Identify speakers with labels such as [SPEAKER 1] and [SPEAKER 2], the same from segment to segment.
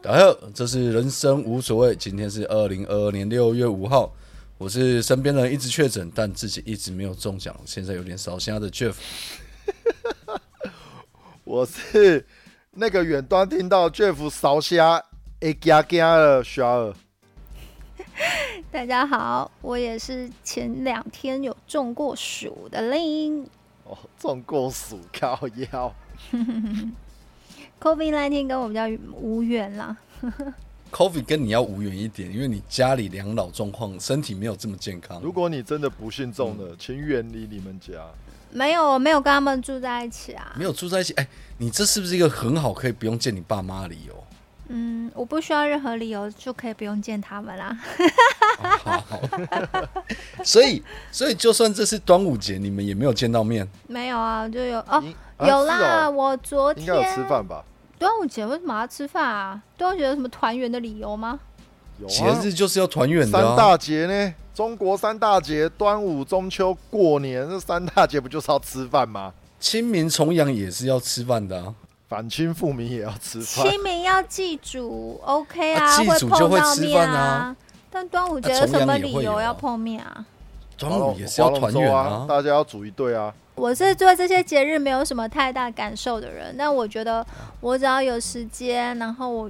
[SPEAKER 1] 大家好，这是人生无所谓。今天是二零二二年六月五号，我是身边人一直确诊，但自己一直没有中奖，现在有点烧瞎的 Jeff。
[SPEAKER 2] 我是那个远端听到 Jeff 烧虾哎嘎嘎的 s h a r
[SPEAKER 3] 大家好，我也是前两天有中过暑的令
[SPEAKER 2] 哦，中过暑靠腰。
[SPEAKER 3] ，COVID-19 跟我比较无缘啦。
[SPEAKER 1] Coffee 跟你要无缘一点，因为你家里养老状况，身体没有这么健康。
[SPEAKER 2] 如果你真的不幸中
[SPEAKER 1] 嗯
[SPEAKER 2] 了，请远离你们家。
[SPEAKER 3] 没有，我没有跟他们住在一起啊。
[SPEAKER 1] 没有住在一起，哎，你这是不是一个很好可以不用见你爸妈的理由？
[SPEAKER 3] 嗯，我不需要任何理由就可以不用见他们啦。
[SPEAKER 1] 啊好，好 所以所以就算这是端午节，你们也没有见到面。
[SPEAKER 3] 没有啊，就有哦，
[SPEAKER 2] 你啊
[SPEAKER 3] 有
[SPEAKER 2] 是
[SPEAKER 3] 啦。
[SPEAKER 2] 哦
[SPEAKER 3] 我昨
[SPEAKER 2] 应该有吃
[SPEAKER 3] 天啊
[SPEAKER 2] 饭吧？
[SPEAKER 3] 端午节为什么要吃饭啊？端午节有什么团圆的理由吗？
[SPEAKER 2] 有
[SPEAKER 1] 节
[SPEAKER 2] 啊，
[SPEAKER 1] 日就是要团圆的、
[SPEAKER 2] 三
[SPEAKER 1] 啊，
[SPEAKER 2] 大节呢？中国三大节，端午、中秋、过年，这三大节不就是要吃饭吗？
[SPEAKER 1] 清明、重阳也是要吃饭的、啊。
[SPEAKER 2] 反清复明也要吃饭。
[SPEAKER 3] 清明要祭祖，OK
[SPEAKER 1] 啊
[SPEAKER 3] 啊，
[SPEAKER 1] 祭祖就
[SPEAKER 3] 碰
[SPEAKER 1] 会
[SPEAKER 3] 到
[SPEAKER 1] 吃
[SPEAKER 3] 面
[SPEAKER 1] 饭啊
[SPEAKER 3] 啊。但端午节
[SPEAKER 1] 啊
[SPEAKER 3] 有
[SPEAKER 1] 重
[SPEAKER 3] 什
[SPEAKER 1] 阳
[SPEAKER 3] 么
[SPEAKER 1] 也
[SPEAKER 3] 理
[SPEAKER 1] 会有
[SPEAKER 3] 由
[SPEAKER 1] 啊
[SPEAKER 3] 要碰面啊？
[SPEAKER 1] 端午也是要团圆
[SPEAKER 2] 划龙舟
[SPEAKER 1] 啊。
[SPEAKER 2] 大家要煮一对啊。
[SPEAKER 3] 我是对这些节日没有什么太大感受的人，但我觉得我只要有时间，然后我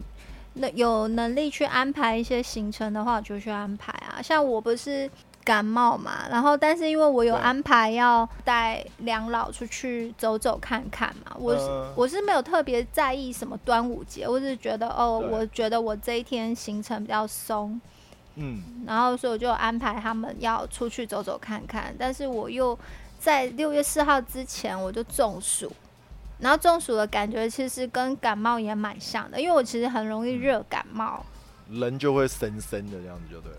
[SPEAKER 3] 那有能力去安排一些行程的话，我就去安排啊。像我不是感冒嘛，然后但是因为我有
[SPEAKER 2] 对
[SPEAKER 3] 安排要带两老出去走走看看嘛，我是、
[SPEAKER 2] 嗯
[SPEAKER 3] 我是没有特别在意什么端午节，我只是觉得哦，
[SPEAKER 2] 对
[SPEAKER 3] 我觉得我这一天行程比较松，
[SPEAKER 2] 嗯，
[SPEAKER 3] 然后所以我就安排他们要出去走走看看，但是我又在六月四号之前我就中暑，然后中暑的感觉其实跟感冒也蛮像的，因为我其实很容易
[SPEAKER 2] 嗯
[SPEAKER 3] 热感冒，
[SPEAKER 2] 人就会深深的这样子就对了。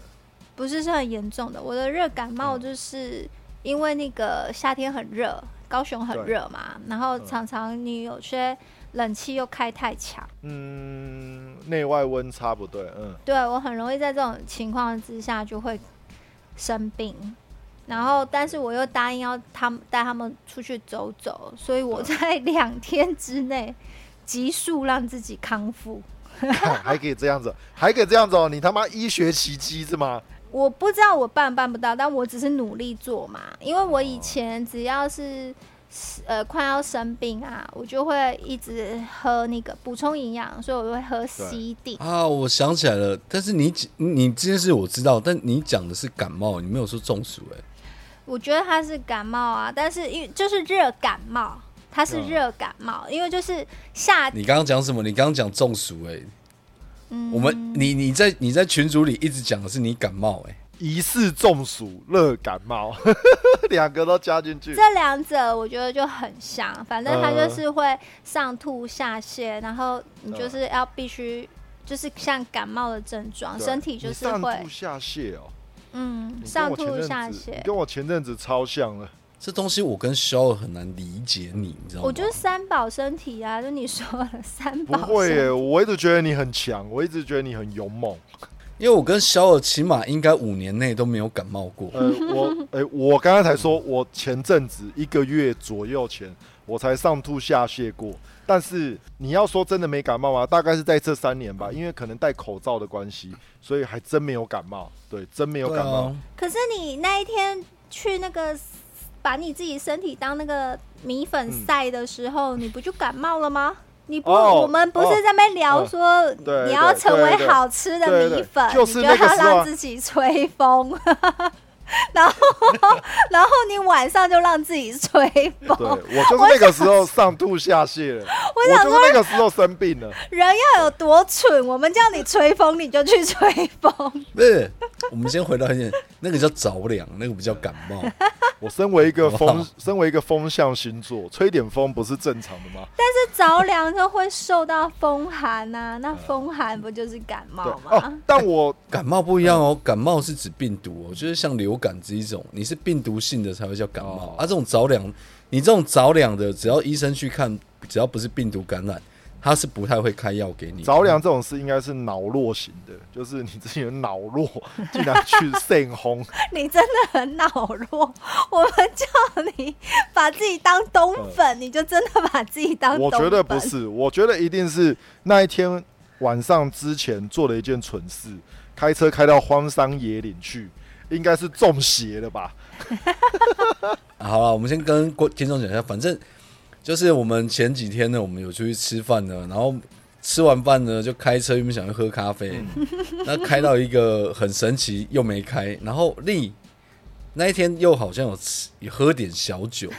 [SPEAKER 3] 不是是很严重的。我的热感冒
[SPEAKER 2] 嗯
[SPEAKER 3] 就是因为那个夏天很热，高雄很
[SPEAKER 2] 对
[SPEAKER 3] 热嘛，然后
[SPEAKER 2] 嗯
[SPEAKER 3] 常常你有些冷气又开太强，
[SPEAKER 2] 嗯，内外温差不对，嗯，
[SPEAKER 3] 对我很容易在这种情况之下就会生病，然后但是我又答应要他们带他们出去走走，所以我在两天之内急速让自己康复。
[SPEAKER 2] 看还可以这样子，还可以这样子哦，你他妈医学奇迹是吗？
[SPEAKER 3] 我不知道我办不办不到，但我只是努力做嘛，因为我以前只要是。呃，快要生病啊，我就会一直喝那个补充营养，所以我会喝西地。
[SPEAKER 1] 啊，我想起来了，但是你你这件事我知道，但你讲的是感冒，你没有说中暑哎、
[SPEAKER 3] 我觉得他是感冒啊，但是因为就是热感冒，他是
[SPEAKER 2] 嗯
[SPEAKER 3] 热感冒，因为就是夏
[SPEAKER 1] 你刚刚讲什么？你刚刚讲中暑哎、
[SPEAKER 3] 嗯
[SPEAKER 1] 我们你你在你在群组里一直讲的是你感冒哎、
[SPEAKER 2] 疑似中暑、热感冒， 两个都加进去。
[SPEAKER 3] 这两者我觉得就很像，反正他就是会上吐下泻，然后你就是要必须就是像感冒的症状，
[SPEAKER 2] 对啊
[SPEAKER 3] 身体就
[SPEAKER 2] 你
[SPEAKER 3] 是
[SPEAKER 2] 上
[SPEAKER 3] 会
[SPEAKER 2] 吐下泻哦，
[SPEAKER 3] 嗯
[SPEAKER 2] 你跟
[SPEAKER 3] 上
[SPEAKER 2] 我前
[SPEAKER 3] 吐下
[SPEAKER 2] 阵子，你
[SPEAKER 3] 泻。
[SPEAKER 2] 跟我前阵子超像了。
[SPEAKER 1] 这东西我跟肖尔很难理解你，你知道吗？
[SPEAKER 3] 我就是三宝身体啊，就你说了三
[SPEAKER 2] 不
[SPEAKER 3] 宝身体。
[SPEAKER 2] 会耶，我一直觉得你很强，我一直觉得你很勇猛。
[SPEAKER 1] 因为我跟肖尔起码应该五年内都没有感冒过。
[SPEAKER 2] 呃，我哎、我刚刚才说，我前阵子一个月左右前，我才上吐下泻过。但是你要说真的没感冒吗？大概是在这三年吧，因为可能戴口罩的关系，所以还真没有感冒。对，真没有
[SPEAKER 1] 对
[SPEAKER 2] 感冒。
[SPEAKER 1] 啊，
[SPEAKER 3] 可是你那一天去那个把你自己身体当那个米粉晒的时候，你不就感冒了吗？你不，
[SPEAKER 2] 嗯哦
[SPEAKER 3] 我们不是在那边聊
[SPEAKER 2] 哦
[SPEAKER 3] 说
[SPEAKER 2] 对
[SPEAKER 3] 你要成
[SPEAKER 2] 对
[SPEAKER 3] 为
[SPEAKER 2] 对
[SPEAKER 3] 好吃的
[SPEAKER 2] 对
[SPEAKER 3] 米
[SPEAKER 2] 对
[SPEAKER 3] 粉，
[SPEAKER 2] 就是
[SPEAKER 3] 你
[SPEAKER 2] 那个
[SPEAKER 3] 要
[SPEAKER 2] 时候啊
[SPEAKER 3] 让自己吹风， 然后 然后你晚上就让自己吹风，
[SPEAKER 2] 对 我就是那个时候上吐下泻了，我就是那个时候生病了。
[SPEAKER 3] 人要有多蠢？我们叫你吹风，你就去吹 风。
[SPEAKER 1] 啊不是，我们先回到一件，那个叫着凉，那个不叫感冒。
[SPEAKER 2] 我身为一个风
[SPEAKER 1] 哇，
[SPEAKER 2] 身为一个风象星座，吹点风不是正常的吗？
[SPEAKER 3] 但是着凉就会受到风寒呐、那风寒不就是感冒
[SPEAKER 2] 对
[SPEAKER 3] 吗？
[SPEAKER 2] 哦，但我
[SPEAKER 1] 感冒不一样哦，感冒是指病毒哦，就是像流感这一种，你是病毒性的才会叫感冒、
[SPEAKER 2] 哦
[SPEAKER 1] 啊。这种着凉，你这种着凉的，只要医生去看，只要不是病毒感染，他是不太会开药给你。
[SPEAKER 2] 着凉这种事应该是脑弱型的， 就是你自己的脑弱竟然去肾轰，
[SPEAKER 3] 你真的很脑弱，我们叫你把自己当冬粉，你就真的把自己当冬
[SPEAKER 2] 我
[SPEAKER 3] 粉。
[SPEAKER 2] 觉得不，是，我觉得一定是那一天晚上之前做了一件蠢事，开车开到荒山野岭去，应该是中邪了吧？
[SPEAKER 1] 啊好了，我们先跟观听众讲一下，反正就是我们前几天呢，我们有出去吃饭呢，然后吃完饭呢就开车，原本想去喝咖啡，
[SPEAKER 3] 嗯
[SPEAKER 1] 那开到一个很神奇又没开，然后丽那一天又好像有吃有喝点小酒，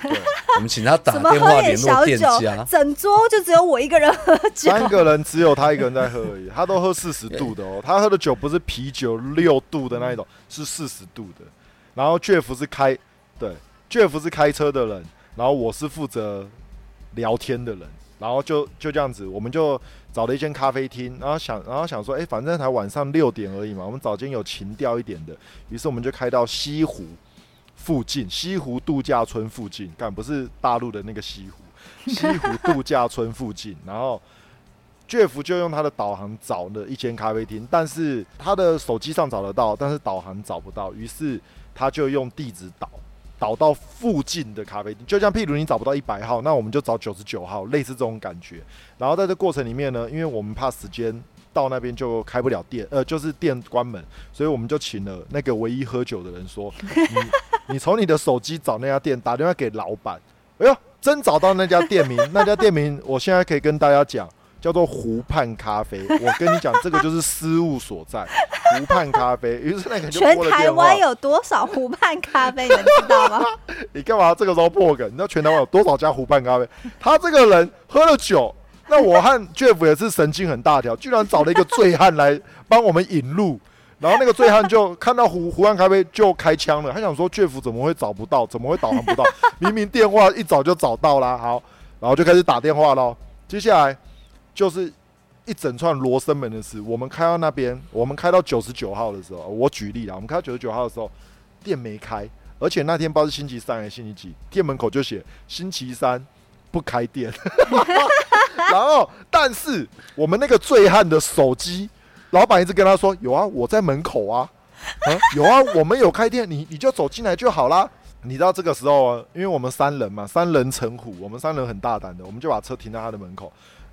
[SPEAKER 1] 我们请他打
[SPEAKER 3] 怎么
[SPEAKER 1] 电
[SPEAKER 3] 喝
[SPEAKER 1] 话
[SPEAKER 3] 点
[SPEAKER 1] 联络
[SPEAKER 3] 小
[SPEAKER 1] 店
[SPEAKER 3] 酒
[SPEAKER 1] 家？，
[SPEAKER 2] 啊
[SPEAKER 3] 整桌就只有我一个人喝酒，
[SPEAKER 2] 三个人只有他一个人在喝而已，他都喝四十度的哦，他喝的酒不是啤酒六度的那一种，是四十度的。然后 Jeff 是开，对，Jeff 是开车的人，然后我是负责聊天的人，然后就就这样子，我们就找了一间咖啡厅，然后想，然后想说，哎、反正才晚上六点而已嘛，我们找间有情调一点的，于是我们就开到西湖附近，西湖度假村附近，干不是大陆的那个西湖，西湖度假村附近，然后。Jeff 就用他的导航找了一间咖啡厅，但是他的手机上找得到，但是导航找不到，于是他就用地址导导到附近的咖啡厅。就像譬如你找不到一百号，那我们就找九十九号，类似这种感觉。然后在这过程里面呢，因为我们怕时间到那边就开不了店，呃，就是店关门，所以我们就请了那个唯一喝酒的人说：“ 你你从你的手机找那家店，打电话给老板。”哎呦，真找到那家店名， 那家店名我现在可以跟大家讲。叫做湖畔咖啡，我跟你讲，这个就是失误所在。湖畔咖啡，于是那个人就
[SPEAKER 3] 全
[SPEAKER 2] 拨了
[SPEAKER 3] 台
[SPEAKER 2] 电话
[SPEAKER 3] 湾有多少湖畔咖啡，你们知 道吗？
[SPEAKER 2] 你干嘛这个时候破梗？你知道全台湾有多少家湖畔咖啡？他这个人喝了酒，那我和 Jeff 也是神经很大条，居然找了一个醉汉来帮我们引路。然后那个醉汉就看到 湖湖畔咖啡就开枪了，他想说 Jeff 怎么会找不到？怎么会导航不到？明明电话一早就找到啦。好，然后就开始打电话喽。接下来就是一整串罗生门的事。我们开到那边，我们开到九十九号的时候，我举例啦，我们开到九十九号的时候，店没开，而且那天不知道是星期三还是星期几，店门口就写星期三不开店。 然后，但是我们那个醉汉的手机，老板一直跟他说：“有啊，我在门口啊，啊有啊，我们有开店，你你就走进来就好啦。”你知道这个时候啊，因为我们三人嘛，三人成虎，我们三人很大胆的，我们就把车停在他的门口。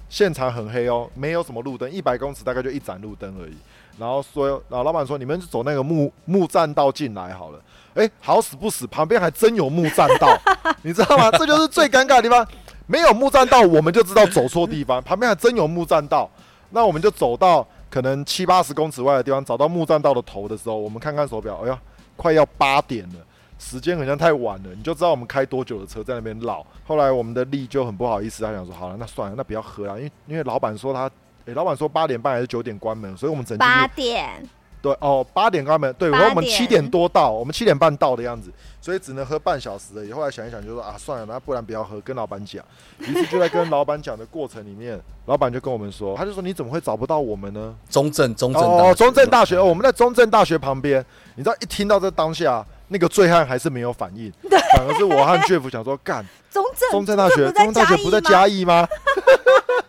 [SPEAKER 2] 现场很黑哦，没有什么路灯，一百公尺大概就一盏路灯而已。然后说，然后老板说，你们就走那个木木栈道进来好了。哎，好死不死，旁边还真有木栈道， 你知道吗？这就是最尴尬的地方。没有木栈道，我们就知道走错地方。旁边还真有木栈道，那我们就走到可能七八十公尺外的地方，找到木栈道的头的时候，我们看看手表，哎呀，快要八点了。时间好像太晚了，你就知道我们开多久的车在那边绕。后来我们的力就很不好意思，他想说好了，那算了，那不要喝了，因为因为老板说他，诶，老板说八点半还是九点关门，所以我们整进去
[SPEAKER 3] 八点，
[SPEAKER 2] 对哦，八点关门，对，
[SPEAKER 3] 八
[SPEAKER 2] 然后我们
[SPEAKER 3] 点
[SPEAKER 2] 七点多到，我们七点半到的样子，所以只能喝半小时而已。后来想一想，就说啊，算了，那不然不要喝，跟老板讲。于是就在跟老板讲的过程里面， 老板就跟我们说，他就说你怎么会找不到我们呢？
[SPEAKER 1] 中正中正大
[SPEAKER 2] 哦
[SPEAKER 1] 学，
[SPEAKER 2] 中正大学、哦我们在中正大学旁边。你知道，一听到这当下，那个醉汉还是没有反 应，反而是我和 Jeff 想说，干，
[SPEAKER 3] 中 正
[SPEAKER 2] 中正大学，中正
[SPEAKER 3] 中
[SPEAKER 2] 大学不在嘉
[SPEAKER 3] 义
[SPEAKER 2] 义吗？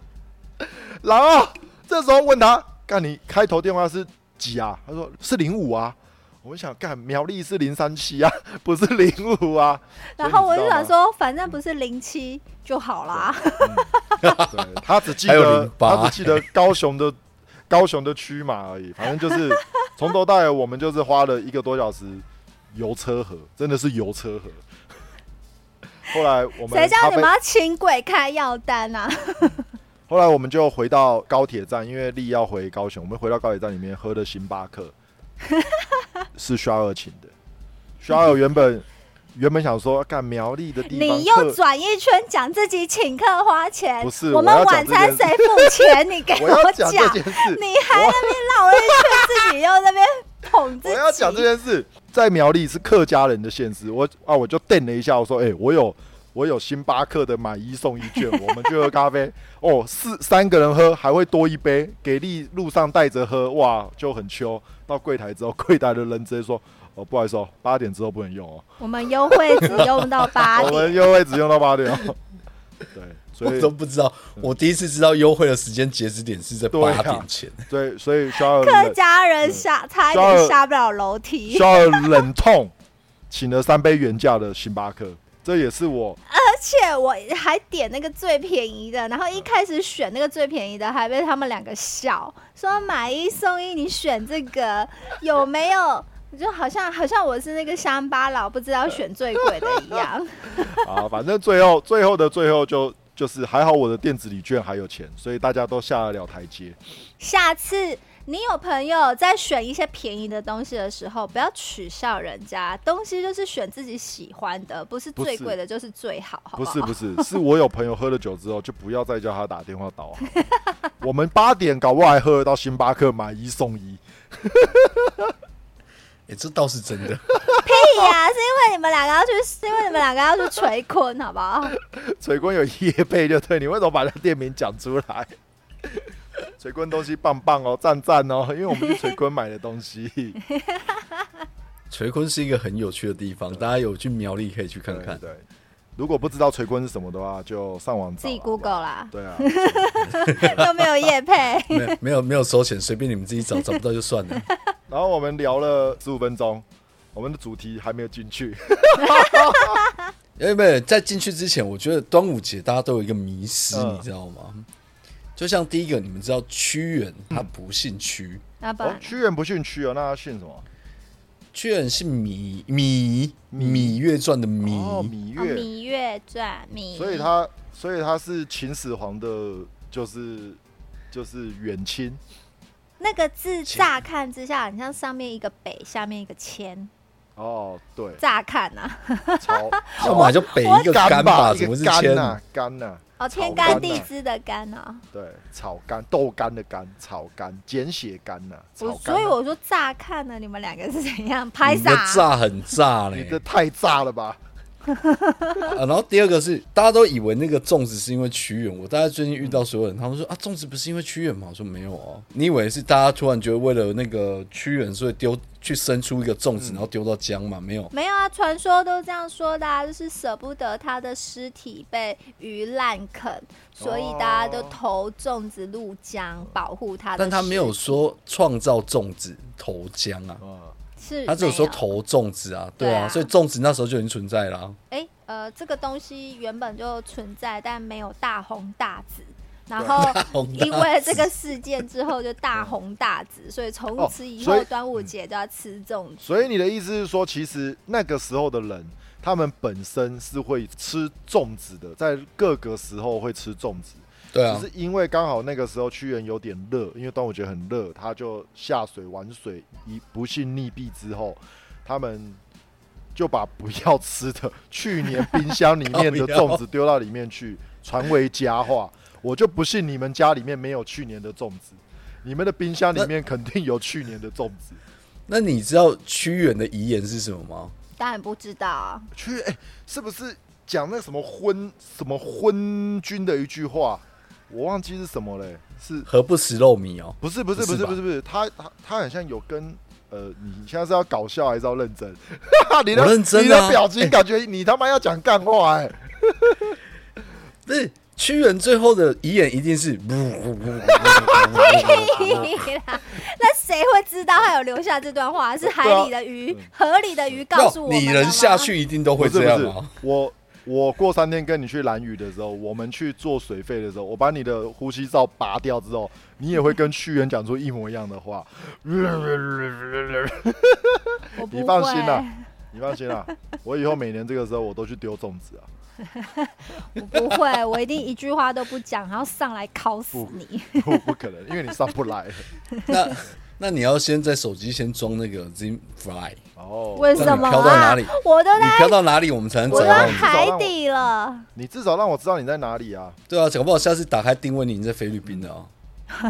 [SPEAKER 2] 然后这时候问他，干你开头电话是几啊？他说是零五啊。我们想干苗栗是零三七啊， 不是零五啊。
[SPEAKER 3] 吗。 然后我就想
[SPEAKER 2] 所
[SPEAKER 3] 说，反正不是零七就好啦。
[SPEAKER 2] 以你知道吗，对他只记
[SPEAKER 1] 还有
[SPEAKER 2] 得
[SPEAKER 1] 08
[SPEAKER 2] 他只记得高雄的高雄的区码而已，反正 就是从头到尾我们就是花了一个多小时游车河，真的是游车河。后来我们
[SPEAKER 3] 谁叫
[SPEAKER 2] 咖
[SPEAKER 3] 你
[SPEAKER 2] 啡
[SPEAKER 3] 们要请鬼开药单啊？
[SPEAKER 2] 后来我们就回到高铁站，因为丽要回高雄，我们回到高铁站里面喝的星巴 克，是刷尔请的。刷尔原本原本想说，干苗栗的地方客，
[SPEAKER 3] 你又转一圈讲自己请客花钱，
[SPEAKER 2] 不是
[SPEAKER 3] 我
[SPEAKER 2] 我
[SPEAKER 3] 们
[SPEAKER 2] 要讲
[SPEAKER 3] 晚
[SPEAKER 2] 这件事
[SPEAKER 3] 餐谁付 钱？你给
[SPEAKER 2] 我要
[SPEAKER 3] 讲，
[SPEAKER 2] 讲这件事，
[SPEAKER 3] 你还在那边绕了一圈，自己又在那边捧自
[SPEAKER 2] 我
[SPEAKER 3] 己。
[SPEAKER 2] 要讲这件事，在苗栗是客家人的现实，我啊我就瞪了一下，我说，哎、我有我有星巴克的买一送一券， 我们去喝咖啡，哦，四三个人喝还会多一杯，给力路上带着喝，哇，就很秋。到柜台之后，柜台的人直接说。哦，不好意思哦，八点之后不能用哦，
[SPEAKER 3] 我们优惠只用到八
[SPEAKER 2] 我们
[SPEAKER 3] 点，
[SPEAKER 2] 优惠只用到八点 哦。对，所
[SPEAKER 1] 我
[SPEAKER 2] 以
[SPEAKER 1] 都不知道，我第一次知道优惠的时间截止点是在
[SPEAKER 2] 对啊
[SPEAKER 1] 八点前。
[SPEAKER 2] 所以所以需要
[SPEAKER 3] 客
[SPEAKER 2] 冷
[SPEAKER 3] 家人下差一点下不了楼梯
[SPEAKER 2] 嗯需，要冷痛，请了三杯原价的星巴克，这也是我
[SPEAKER 3] 而且我还点那个最便宜的，然后一开始选那个最便宜的，还被他们两个笑，说买一送一，你选这个有没有？就好像好像我是那个乡巴佬，不知道选最贵的一样。
[SPEAKER 2] 啊，反正最后最后的最后就就是还好我的电子礼券还有钱，所以大家都下得了台阶。
[SPEAKER 3] 下次你有朋友在选一些便宜的东西的时候，不要取笑人家，东西就是选自己喜欢的，不是
[SPEAKER 2] 不
[SPEAKER 3] 最
[SPEAKER 2] 是
[SPEAKER 3] 贵的就是最好，好
[SPEAKER 2] 不
[SPEAKER 3] 好？
[SPEAKER 2] 是不是，是我有朋友喝了酒之后就不要再叫他打电话导航。 我们八点搞不好还喝得到星巴克买一送一，
[SPEAKER 1] 哎，这倒是真 的。
[SPEAKER 3] 屁呀、是因为你们两个要去，是因为你们两个要去捶坤，好 不好？
[SPEAKER 2] 水quân有夜配就对，你为什么把那店名讲出来？ 水quân东西棒棒哦，赞赞哦，因为我们去水quân买的东西。
[SPEAKER 1] 垂坤是一个很有趣的地方，大家有去苗栗可以去 看看。
[SPEAKER 2] 对，对如果不知道垂坤是什么的话，就上网找
[SPEAKER 3] 自己
[SPEAKER 2] 啦好不好
[SPEAKER 3] Google 啦，
[SPEAKER 2] 对啊，
[SPEAKER 3] 又没有叶配。
[SPEAKER 1] 没有没有没有收钱，随便你们自己找，找不到就算了。
[SPEAKER 2] 然后我们聊了十五分钟，我们的主题还没有进去。
[SPEAKER 1] 因为没有在进去之前，我觉得端午节大家都有一个迷失，
[SPEAKER 2] 嗯
[SPEAKER 1] 你知道吗？就像第一个，你们知道屈原他不姓屈，
[SPEAKER 3] 老
[SPEAKER 2] 哦
[SPEAKER 3] 板，，
[SPEAKER 2] 屈原不姓屈哦，那他姓什么？
[SPEAKER 1] 屈原是芈芈芈月传的
[SPEAKER 2] 哦，
[SPEAKER 1] 芈，
[SPEAKER 2] 芈
[SPEAKER 3] 哦
[SPEAKER 2] 月。
[SPEAKER 3] 芈月传》芈，
[SPEAKER 2] 所以他，所以他是秦始皇的，就是就是远亲。
[SPEAKER 3] 那个字乍看之下，很像上面一个北，下面一个谦，，
[SPEAKER 2] 哦，对
[SPEAKER 3] 乍看啊呐、
[SPEAKER 2] 曹
[SPEAKER 1] 要么就北一个干
[SPEAKER 2] 吧，
[SPEAKER 1] 怎么
[SPEAKER 2] 一
[SPEAKER 1] 是
[SPEAKER 2] 个干
[SPEAKER 1] 千？
[SPEAKER 2] 呐，干呐，
[SPEAKER 3] 哦，天
[SPEAKER 2] 草干
[SPEAKER 3] 干
[SPEAKER 2] 啊
[SPEAKER 3] 地支的干啊。
[SPEAKER 2] 对，草干，豆干的干，草干，简写干呐，草
[SPEAKER 3] 我
[SPEAKER 2] 干
[SPEAKER 3] 所
[SPEAKER 2] 啊。
[SPEAKER 3] 以我说乍看呢，你们两个是怎样拍
[SPEAKER 1] 你的
[SPEAKER 3] 啥？
[SPEAKER 1] 炸很炸
[SPEAKER 2] 你
[SPEAKER 1] 嘞、
[SPEAKER 2] 这太炸了吧！
[SPEAKER 1] 啊！然后第二个是，大家都以为那个粽子是因为屈原。我大概最近遇到所有人，他们说啊，粽子不是因为屈原吗？我说没有哦、你以为是大家突然觉得为了那个屈原，所以丢去生出一个粽子，然后丢到江嘛？没有，
[SPEAKER 3] 没有啊，传说都这样说的、啊，就是舍不得他的尸体被鱼烂啃，所以大家都投粽子入江保护他的尸
[SPEAKER 1] 但
[SPEAKER 3] 体。
[SPEAKER 1] 他没有说创造粽子投江啊，
[SPEAKER 2] 啊，
[SPEAKER 3] 是，
[SPEAKER 1] 他只有说
[SPEAKER 3] 没
[SPEAKER 1] 投粽子啊，对
[SPEAKER 3] 对
[SPEAKER 1] 啊，
[SPEAKER 3] 啊
[SPEAKER 1] 所以粽子那时候就已经存在啦、
[SPEAKER 3] 哎、呃，这个东西原本就存在，但没有大红大紫。然
[SPEAKER 2] 对
[SPEAKER 3] 后
[SPEAKER 1] 红大
[SPEAKER 3] 因为这个事件之后就大红大紫，所以从
[SPEAKER 2] 哦
[SPEAKER 3] 此以
[SPEAKER 2] 所
[SPEAKER 3] 后
[SPEAKER 2] 以
[SPEAKER 3] 端午节就要吃粽子。
[SPEAKER 2] 所以你的意思是说，其实那个时候的人，他们本身是会吃粽子的，在各个时候会吃粽子，
[SPEAKER 1] 对啊
[SPEAKER 2] 只，是因为刚好那个时候屈原有点热，因为端午节很热，他就下水玩水，一不幸溺毙之后，他们就把不要吃的去年冰箱里面的 粽
[SPEAKER 1] 哦
[SPEAKER 2] 子丢到里面去，传为佳话。我就不信你们家里面没有去年的粽子，你们的冰箱里面肯定有去年的粽子。
[SPEAKER 1] 那你知道屈原的遗言是什么吗？
[SPEAKER 3] 当然不知道啊，
[SPEAKER 2] 去哎、是不是讲那什么昏什么昏君的一句话？我忘记是什么嘞？是
[SPEAKER 1] 何不食肉糜哦？
[SPEAKER 2] 不是不是
[SPEAKER 1] 不
[SPEAKER 2] 不
[SPEAKER 1] 是
[SPEAKER 2] 是
[SPEAKER 1] 吧
[SPEAKER 2] 不是不是？他他他很像有跟呃，你现在是要搞笑还是要认真？ 你的
[SPEAKER 1] 我认真啊
[SPEAKER 2] 你的表情感觉你他妈要讲干话哎、
[SPEAKER 1] 不是屈原最后的遗言一定是，
[SPEAKER 3] 那谁会知道他有留下这段话？是海里的鱼，河里的鱼告诉我们
[SPEAKER 1] 啊你
[SPEAKER 3] 的
[SPEAKER 1] 人
[SPEAKER 3] 吗
[SPEAKER 1] 下去一定都
[SPEAKER 2] 不
[SPEAKER 1] 会
[SPEAKER 2] 是
[SPEAKER 1] 这
[SPEAKER 2] 不
[SPEAKER 1] 样啊
[SPEAKER 2] 是
[SPEAKER 1] 吗？，
[SPEAKER 2] 我我过三天跟你去蓝屿的时候，我们去做水费的时候，我把你的呼吸罩拔掉之后，你也会跟屈原讲出一模一样的话。
[SPEAKER 3] 我
[SPEAKER 2] 你
[SPEAKER 3] 不
[SPEAKER 2] 放心啦、
[SPEAKER 3] 会，
[SPEAKER 2] 你放心啦、我以后每年这个时候我都去丢粽子啊，
[SPEAKER 3] 我不会，我一定一句话都不讲，然后上来敲死
[SPEAKER 2] 不
[SPEAKER 3] 你。
[SPEAKER 2] 不不可能，因为你上不来。
[SPEAKER 1] 那那你要先在手机先装那个 Zim Fly，
[SPEAKER 2] 哦，
[SPEAKER 3] 为什么
[SPEAKER 1] 那你飘到哪
[SPEAKER 3] 啊
[SPEAKER 1] 里？
[SPEAKER 3] 我都
[SPEAKER 1] 你
[SPEAKER 3] 在，
[SPEAKER 1] 飘到哪里我们才能找
[SPEAKER 3] 我都
[SPEAKER 1] 到
[SPEAKER 3] 在
[SPEAKER 1] 你？
[SPEAKER 3] 海底了。
[SPEAKER 2] 你至少让我知道你在哪里啊！
[SPEAKER 1] 对啊，搞不好下次打开定位你已经在菲律宾了啊。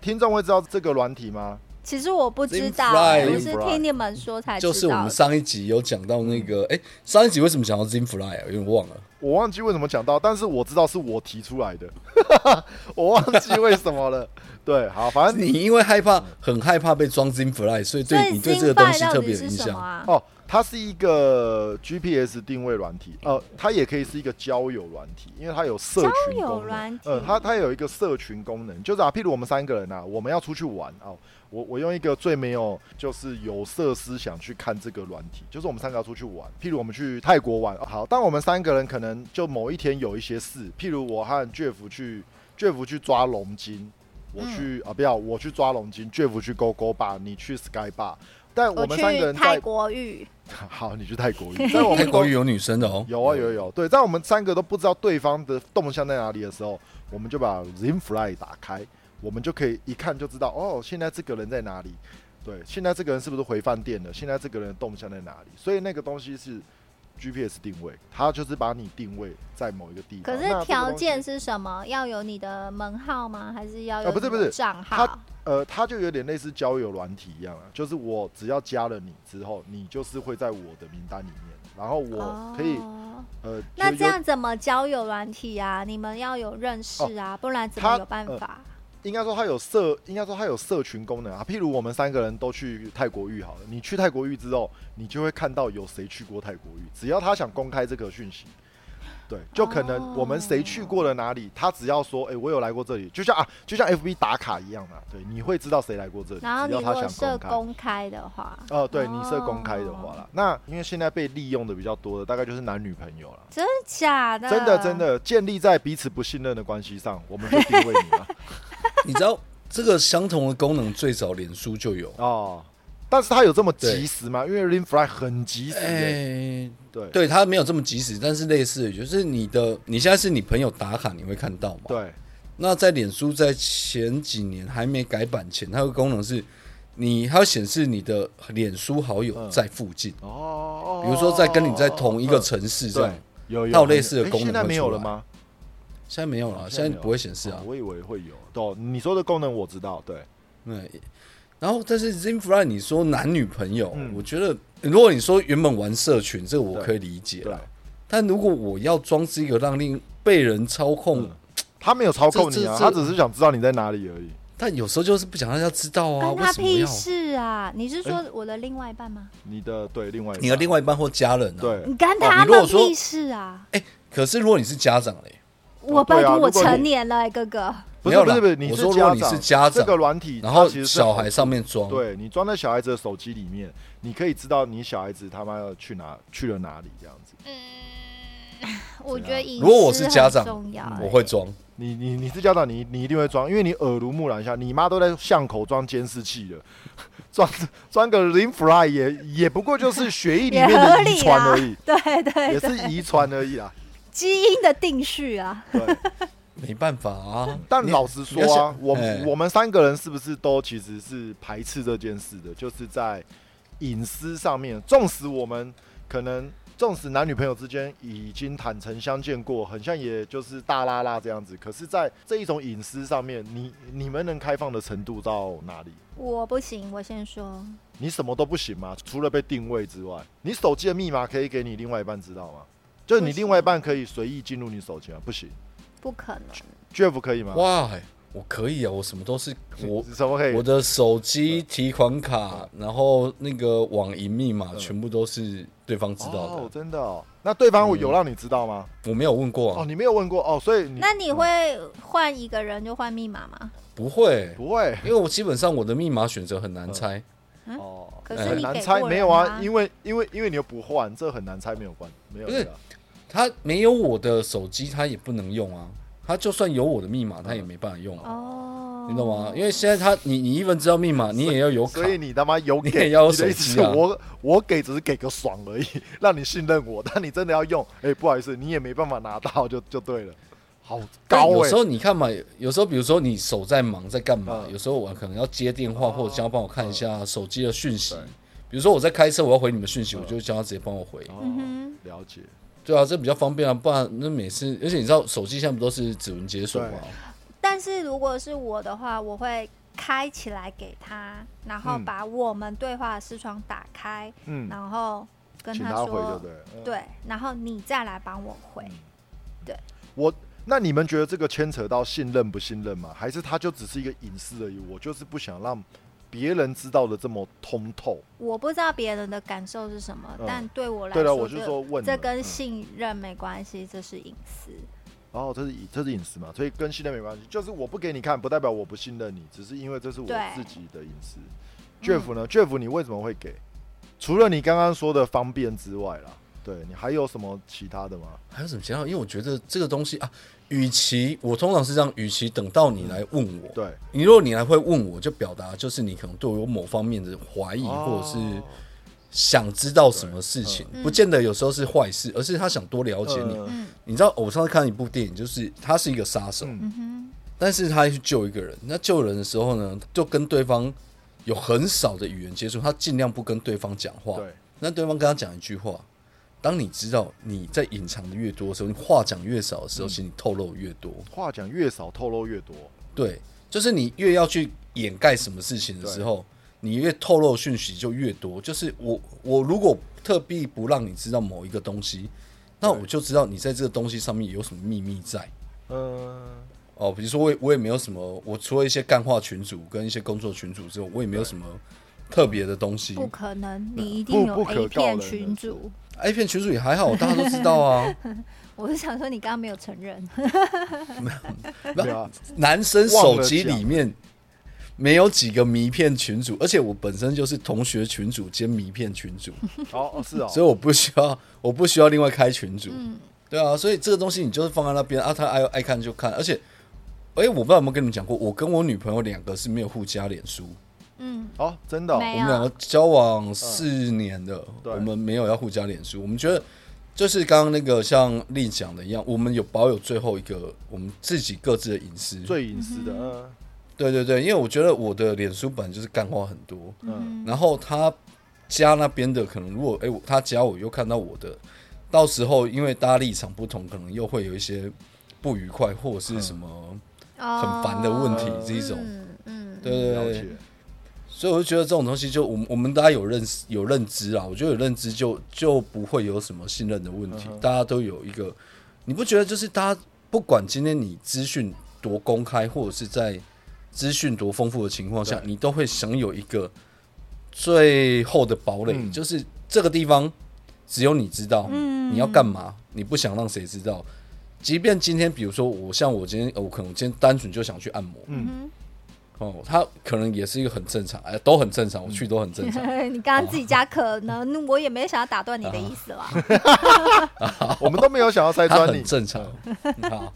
[SPEAKER 2] 听众会知道这个软体吗？
[SPEAKER 3] 其实我不知道，
[SPEAKER 1] Zimfly
[SPEAKER 3] 我是听你们说才知道
[SPEAKER 1] 就
[SPEAKER 3] 的。嗯
[SPEAKER 1] 是我们上一集有讲到那个，哎，上一集为什么讲到 Zim Fly 啊？有点忘了。
[SPEAKER 2] 我忘 记为什么讲到，但是我知道是我提出来的，我忘记为什么了。对，好，反正
[SPEAKER 1] 你因为害怕，很害怕被装 Zin Fly，所以对你对这个东西特别有
[SPEAKER 3] 是
[SPEAKER 1] 印
[SPEAKER 3] 什么
[SPEAKER 1] 象。
[SPEAKER 3] 啊？
[SPEAKER 2] 哦，它是一个 GPS 定位软体，呃，它也可以是一个交友软体，因为它有社群
[SPEAKER 3] 交友
[SPEAKER 2] 功
[SPEAKER 3] 软
[SPEAKER 2] 能。
[SPEAKER 3] 体
[SPEAKER 2] 呃，它它有一个社群功能，就是啊，譬如我们三个人啊，我们要出去玩啊、哦我我用一个最没有就是有色思想去看这个软体，就是我们三个要出去玩，譬如我们去泰国玩，好，但我们三个人可能就某一天有一些事，譬如我和 Jeff 去 Jeff 去抓龙筋。我去、
[SPEAKER 3] 嗯
[SPEAKER 2] 啊，不要，我去抓龙筋，Jeff 去勾勾吧，你去 Sky Bar，但哦我
[SPEAKER 3] 我
[SPEAKER 2] 们三个
[SPEAKER 3] 去
[SPEAKER 2] 人在哦
[SPEAKER 3] 泰国浴，
[SPEAKER 2] 好，你去泰国 语，在我
[SPEAKER 1] 泰
[SPEAKER 2] 们
[SPEAKER 1] 国
[SPEAKER 2] 都
[SPEAKER 1] 语有女生的哦，
[SPEAKER 2] 有啊有啊有啊，对，在我们三个都不知道对方的动向在哪里的时候，我们就把 ZinFly 打开，我们就可以一看就知道哦，现在这个人在哪里，对，现在这个人是不是回饭店了？现在这个人的动向在哪里？所以那个东西是 GPS 定位，它就是把你定位在某一个地方。
[SPEAKER 3] 可
[SPEAKER 2] 那这
[SPEAKER 3] 是
[SPEAKER 2] 个
[SPEAKER 3] 条
[SPEAKER 2] 东西
[SPEAKER 3] 件是什么？要有你的门号吗？还是要有
[SPEAKER 2] 啊不是
[SPEAKER 3] 你
[SPEAKER 2] 不
[SPEAKER 3] 的
[SPEAKER 2] 是
[SPEAKER 3] 账
[SPEAKER 2] 它
[SPEAKER 3] 号？
[SPEAKER 2] 呃，它就有点类似交友软体一样啊，就是我只要加了你之后，你就是会在我的名单里面，然后我可以、
[SPEAKER 3] 哦
[SPEAKER 2] 呃，
[SPEAKER 3] 那
[SPEAKER 2] 就
[SPEAKER 3] 这
[SPEAKER 2] 有
[SPEAKER 3] 样怎么交友软体啊？你们要有认识
[SPEAKER 2] 哦
[SPEAKER 3] 啊，不然怎
[SPEAKER 2] 它
[SPEAKER 3] 么有办法？
[SPEAKER 2] 应该说它有社，应该说它有社群功能啊。譬如我们三个人都去泰国浴好了，你去泰国浴之后，你就会看到有谁去过泰国浴，只要他想公开这个讯息。对，就可
[SPEAKER 3] 哦
[SPEAKER 2] 能我们谁去过了哪里，他只要说，哎、我有来过这里，就像啊，就像 FB 打卡一样嘛，对，你会知道谁来过这里，
[SPEAKER 3] 然后
[SPEAKER 2] 只
[SPEAKER 3] 你
[SPEAKER 2] 要
[SPEAKER 3] 如
[SPEAKER 2] 他
[SPEAKER 3] 果
[SPEAKER 2] 想
[SPEAKER 3] 设
[SPEAKER 2] 公开。
[SPEAKER 3] 公开的话，哦
[SPEAKER 2] 哦，对，你设公开的话啦，那因为现在被利用的比较多的，大概就是男女朋友啦。
[SPEAKER 3] 真的假的？
[SPEAKER 2] 真的真。的，建立在彼此不信任的关系上，我们就定位你了。
[SPEAKER 1] 你知道这个相同的功能最早脸书就有。
[SPEAKER 2] 哦，但是它有这么
[SPEAKER 1] 对
[SPEAKER 2] 及时吗？因为 Lin Fly 很及时、欸，
[SPEAKER 1] 哎，
[SPEAKER 2] 对
[SPEAKER 1] 对，它没有这么及时，但是类似的，就是你的你现在是你朋友打卡，你会看到嘛？。
[SPEAKER 2] 对
[SPEAKER 1] 那在脸书在前几年还没改版前，它有个功能是，你它会显示你的脸书好友在附近，
[SPEAKER 2] 哦
[SPEAKER 1] 比如说在跟你在同一个城市这
[SPEAKER 2] 对
[SPEAKER 1] 样。，
[SPEAKER 2] 有
[SPEAKER 1] 它有类似的
[SPEAKER 2] 诶
[SPEAKER 1] 功能
[SPEAKER 2] 现在
[SPEAKER 1] 会
[SPEAKER 2] 没
[SPEAKER 1] 出
[SPEAKER 2] 有了
[SPEAKER 1] 来
[SPEAKER 2] 吗？
[SPEAKER 1] 现在没有了，
[SPEAKER 2] 现
[SPEAKER 1] 现
[SPEAKER 2] 在
[SPEAKER 1] 在
[SPEAKER 2] 没有
[SPEAKER 1] 不会显示啊
[SPEAKER 2] 哦。我以为会有。哦，你说的功能我知道，对，
[SPEAKER 1] 对，然后但是 Zinfly 你说男女朋友，
[SPEAKER 2] 嗯
[SPEAKER 1] 我觉得如果你说原本玩社群，这个我
[SPEAKER 2] 对
[SPEAKER 1] 可以理解
[SPEAKER 2] 对
[SPEAKER 1] 了。，但如果我要装是一个让令被人操控，
[SPEAKER 2] 嗯他没有操控你啊，
[SPEAKER 1] 这这
[SPEAKER 2] 他只是想知道你在哪里而已。
[SPEAKER 1] 但有时候就是不想让大家知道啊，
[SPEAKER 3] 关
[SPEAKER 1] 为
[SPEAKER 3] 他
[SPEAKER 1] 什么
[SPEAKER 3] 屁
[SPEAKER 1] 要？
[SPEAKER 3] 事啊！你是说我的另外一半吗？
[SPEAKER 2] 你的对，另外一
[SPEAKER 1] 你的
[SPEAKER 2] 半
[SPEAKER 1] 另外一半或家人啊。。
[SPEAKER 2] 对
[SPEAKER 3] 你干
[SPEAKER 1] 哦
[SPEAKER 3] 他
[SPEAKER 1] 你如
[SPEAKER 3] 们
[SPEAKER 1] 果说
[SPEAKER 3] 屁事啊！
[SPEAKER 1] 哎、可是如果你是家长嘞，
[SPEAKER 3] 我
[SPEAKER 2] 对啊
[SPEAKER 3] 拜托，
[SPEAKER 2] 如
[SPEAKER 3] 我
[SPEAKER 2] 果你
[SPEAKER 3] 成年了，哎哥哥。
[SPEAKER 2] 不
[SPEAKER 1] 没
[SPEAKER 2] 是
[SPEAKER 1] 有
[SPEAKER 2] 不
[SPEAKER 1] 啦
[SPEAKER 2] 是不是，你
[SPEAKER 1] 我
[SPEAKER 2] 是
[SPEAKER 1] 说如果你是家长
[SPEAKER 2] 这个软体，
[SPEAKER 1] 然后
[SPEAKER 2] 它其实是
[SPEAKER 1] 小
[SPEAKER 2] 好
[SPEAKER 1] 孩上面装，，
[SPEAKER 2] 对你装在小孩子的手机里面，你可以知道你小孩子他妈要去哪去了哪里这样子。
[SPEAKER 3] 我觉得
[SPEAKER 2] 啊
[SPEAKER 3] 隐
[SPEAKER 1] 如果我
[SPEAKER 3] 私
[SPEAKER 1] 是家
[SPEAKER 3] 很
[SPEAKER 1] 长
[SPEAKER 3] 重要，欸哎
[SPEAKER 1] 我会装。
[SPEAKER 2] 你你你是家长，你你一定会装，因为你耳濡目染一下，你妈都在巷口装监视器了，装装个 Lin Fly 也也不过就是血液里
[SPEAKER 3] 也
[SPEAKER 2] 面
[SPEAKER 3] 合
[SPEAKER 2] 的遗
[SPEAKER 3] 理
[SPEAKER 2] 传
[SPEAKER 3] 啦
[SPEAKER 2] 而已，，
[SPEAKER 3] 对对
[SPEAKER 2] 也
[SPEAKER 3] 对，
[SPEAKER 2] 是遗传而已啦。
[SPEAKER 3] 基因的定序啊，
[SPEAKER 2] 对，
[SPEAKER 1] 没办法啊，
[SPEAKER 2] 但
[SPEAKER 1] 你
[SPEAKER 2] 老实说
[SPEAKER 1] 你要
[SPEAKER 2] 啊
[SPEAKER 1] 想，
[SPEAKER 2] 我
[SPEAKER 1] 哎
[SPEAKER 2] 我们三个人是不是都其实是排斥这件事的？就是在隐私上面，纵使我们可能，纵使男女朋友之间已经坦诚相见过，很像也就是大拉拉这样子，可是，在这一种隐私上面，你你们能开放的程度到哪里？
[SPEAKER 3] 我不行，我先说，
[SPEAKER 2] 你什么都不行吗？除了被定位之外，你手机的密码可以给你另外一半知道吗？就是你
[SPEAKER 3] 不行
[SPEAKER 2] 另外一半可以随意进入你手机吗？不行
[SPEAKER 3] 不可能，
[SPEAKER 2] ，Jeff 可以吗？
[SPEAKER 1] 哇，我可以啊，我什么都是我。
[SPEAKER 2] 什么可以？
[SPEAKER 1] 我的手机、提款卡，然后那个网银密码，全部都是对方知道
[SPEAKER 2] 哦
[SPEAKER 1] 的。，
[SPEAKER 2] 真的哦。那对方有让你知道吗？
[SPEAKER 1] 我没有问过
[SPEAKER 2] 哦，
[SPEAKER 1] 啊，
[SPEAKER 2] 你没有问过哦，所以你
[SPEAKER 3] 那你会
[SPEAKER 2] 嗯
[SPEAKER 3] 换一个人就换密码吗？
[SPEAKER 1] 不会，
[SPEAKER 2] 不 会
[SPEAKER 1] 因为我基本上我的密码选择很难猜。
[SPEAKER 3] 嗯
[SPEAKER 2] 哦。
[SPEAKER 3] 可
[SPEAKER 1] 哎
[SPEAKER 3] 是
[SPEAKER 2] 很
[SPEAKER 3] 你
[SPEAKER 2] 难
[SPEAKER 3] 给
[SPEAKER 2] 猜，
[SPEAKER 3] 过
[SPEAKER 2] 没
[SPEAKER 3] 人
[SPEAKER 2] 有啊，
[SPEAKER 3] 啊，
[SPEAKER 2] 因为因为因为你又不换，这很难猜，没有关，没有
[SPEAKER 1] 不是
[SPEAKER 2] 的啊
[SPEAKER 1] 他没有我的手机，他也不能用啊。他就算有我的密码，他也没办法用啊，
[SPEAKER 3] 哦，
[SPEAKER 1] 你懂吗？因为现在他，你你一分知道密码，你也要有卡
[SPEAKER 2] 所。以你他妈有
[SPEAKER 1] 你
[SPEAKER 2] 给，
[SPEAKER 1] 也要有
[SPEAKER 2] 你的意
[SPEAKER 1] 手
[SPEAKER 2] 思
[SPEAKER 1] 机
[SPEAKER 2] 是
[SPEAKER 1] 啊
[SPEAKER 2] 我我给只是给个爽而已，让你信任我，但你真的要用， 哎，不好意思，你也没办法拿到，就就对了，好
[SPEAKER 1] 但
[SPEAKER 2] 高
[SPEAKER 1] 有
[SPEAKER 2] 哎
[SPEAKER 1] 时，候你看嘛，有时候比如说你手在忙在干嘛，
[SPEAKER 2] 嗯
[SPEAKER 1] 有时候我可能要接电话，
[SPEAKER 2] 哦嗯
[SPEAKER 1] 或者想要帮我看一下手机的讯息。比如说我在开车，我要回你们讯息，我就叫他直接帮我回。
[SPEAKER 2] 哦
[SPEAKER 3] 嗯，
[SPEAKER 2] 了解，
[SPEAKER 1] 对啊，这比较方便啊，不然那每次，而且你知道手机现在不都是指纹解锁吗？
[SPEAKER 3] 但是如果是我的话，我会开起来给他，然后
[SPEAKER 2] 嗯
[SPEAKER 3] 把我们对话的视窗打开，
[SPEAKER 2] 嗯，
[SPEAKER 3] 然后跟
[SPEAKER 2] 请
[SPEAKER 3] 他
[SPEAKER 2] 他回
[SPEAKER 3] 说
[SPEAKER 2] 就，对了，嗯嗯
[SPEAKER 3] 对，然后你再来帮我回，
[SPEAKER 2] 我那你们觉得这个牵扯到信任不信任吗？还是它就只是一个隐私而已？我就是不想让别人知道的这么通透。
[SPEAKER 3] 我不知道别人的感受是什么，
[SPEAKER 2] 嗯
[SPEAKER 3] 但对我来
[SPEAKER 2] 对
[SPEAKER 3] 说，
[SPEAKER 2] 了，我就
[SPEAKER 3] 这
[SPEAKER 2] 说问
[SPEAKER 3] 这
[SPEAKER 2] 你们
[SPEAKER 3] 跟
[SPEAKER 2] 嗯
[SPEAKER 3] 信任没关系，这是隐私。
[SPEAKER 2] 哦，这是隐这是隐私嘛，所以跟信任没关系。就是我不给你看，不代表我不信任你，只是因为这是我
[SPEAKER 3] 对
[SPEAKER 2] 自己的隐私。Jeff 呢？Jeff，你为什么会给？除了你刚刚说的方便之外啦，对你还有什么其他的吗？
[SPEAKER 1] 还有什么想法？因为我觉得这个东西啊，与其我通常是这样，与其等到你来问我，
[SPEAKER 2] 对，
[SPEAKER 1] 你如果你还会问我，就表达就是你可能对我有某方面的怀疑，或
[SPEAKER 2] 哦
[SPEAKER 1] 者是想知道什么事情，
[SPEAKER 3] 对嗯
[SPEAKER 1] 不见得有时候是坏事，而是他想多了解你。
[SPEAKER 2] 嗯
[SPEAKER 3] 嗯
[SPEAKER 1] 你知道，我上次看一部电影，就是他是一个杀手，
[SPEAKER 2] 嗯
[SPEAKER 3] 嗯哼，
[SPEAKER 1] 但是他去救一个人。那救人的时候呢，就跟对方有很少的语言接触，他尽量不跟对方讲话。
[SPEAKER 2] 对，
[SPEAKER 1] 那对方跟他讲一句话，当你知道你在隐藏的越多的时候，你话讲越少的
[SPEAKER 2] 嗯
[SPEAKER 1] 时候，其实你透露越多。
[SPEAKER 2] 话讲越少，透露越多。
[SPEAKER 1] 对，就是你越要去掩盖什么事情的时候，你越透露讯息就越多。就是我我如果特地不让你知道某一个东西，那
[SPEAKER 2] 对
[SPEAKER 1] 我就知道你在这个东西上面有什么秘密在。
[SPEAKER 2] 嗯，
[SPEAKER 1] 哦，比如说我也我也没有什么，我除了一些干话群组跟一些工作群组之后，我也没有什么特别的东西。
[SPEAKER 3] 不可能，你一
[SPEAKER 2] 嗯
[SPEAKER 3] 定
[SPEAKER 2] 不
[SPEAKER 3] 有
[SPEAKER 2] 不可
[SPEAKER 3] A
[SPEAKER 2] 告人
[SPEAKER 3] 片
[SPEAKER 2] 的
[SPEAKER 3] 群
[SPEAKER 2] 事
[SPEAKER 3] 主。
[SPEAKER 1] A 片群组也还好，大家都知道 啊。
[SPEAKER 3] 我是想说，你刚刚没有承认，
[SPEAKER 2] 对啊，
[SPEAKER 1] 男生手机里面没有几个迷片群组，而且我本身就是同学群组兼迷片群组，
[SPEAKER 2] 哦哦是哦，
[SPEAKER 1] 所以我不需要我不需要另外开群组。
[SPEAKER 3] 嗯
[SPEAKER 1] 对啊，所以这个东西你就是放在那边啊，他爱爱看就看，而且。哎、我不知道有没有跟你们讲过，我跟我女朋友两个是没有互加脸书，
[SPEAKER 3] 嗯，
[SPEAKER 2] 哦真的哦，
[SPEAKER 3] 没
[SPEAKER 1] 我
[SPEAKER 3] 有
[SPEAKER 1] 们两个交往四年了，
[SPEAKER 2] 嗯对
[SPEAKER 1] 我们没有要互加脸书，我们觉得就是刚刚那个像丽讲的一样，我们有保有最后一个我们自己各自的隐私。
[SPEAKER 2] 最隐私的，嗯
[SPEAKER 1] 对对对，因为我觉得我的脸书本来就是干话很多，
[SPEAKER 2] 嗯，
[SPEAKER 1] 然后他加那边的可能如果哎、我他加我又看到我的，到时候因为大家立场不同，可能又会有一些不愉快或者是什么很
[SPEAKER 3] 很
[SPEAKER 1] 烦的问题、
[SPEAKER 2] 嗯哦
[SPEAKER 1] 这一种。
[SPEAKER 3] 嗯嗯，
[SPEAKER 1] 对对
[SPEAKER 2] 了
[SPEAKER 1] 对
[SPEAKER 2] 解，
[SPEAKER 1] 所以我就觉得这种东西就我们我们大家有认识有认知啊，我觉得有认知就就不会有什么信任的问题，
[SPEAKER 2] 嗯哼
[SPEAKER 1] 大家都有一个，你不觉得就是大家不管今天你资讯多公开，或者是在资讯多丰富的情况下，
[SPEAKER 2] 对
[SPEAKER 1] 你都会享有一个最后的堡垒，
[SPEAKER 2] 嗯
[SPEAKER 1] 就是这个地方只有你知道，
[SPEAKER 3] 嗯
[SPEAKER 1] 你要干嘛，你不想让谁知道。即便今天，比如说我像我今天，呃我可能今天单纯就想去按摩，
[SPEAKER 3] 嗯
[SPEAKER 1] 哦，他可能也是一个很正常，哎，都很正常，
[SPEAKER 2] 嗯
[SPEAKER 1] 我去都很正常。
[SPEAKER 3] 哼，你刚刚自己加可能，我也没想要打断你的意思啦。
[SPEAKER 2] 哦 我们都没有想要拆
[SPEAKER 1] 它
[SPEAKER 2] 穿你
[SPEAKER 1] 很，正常，嗯好，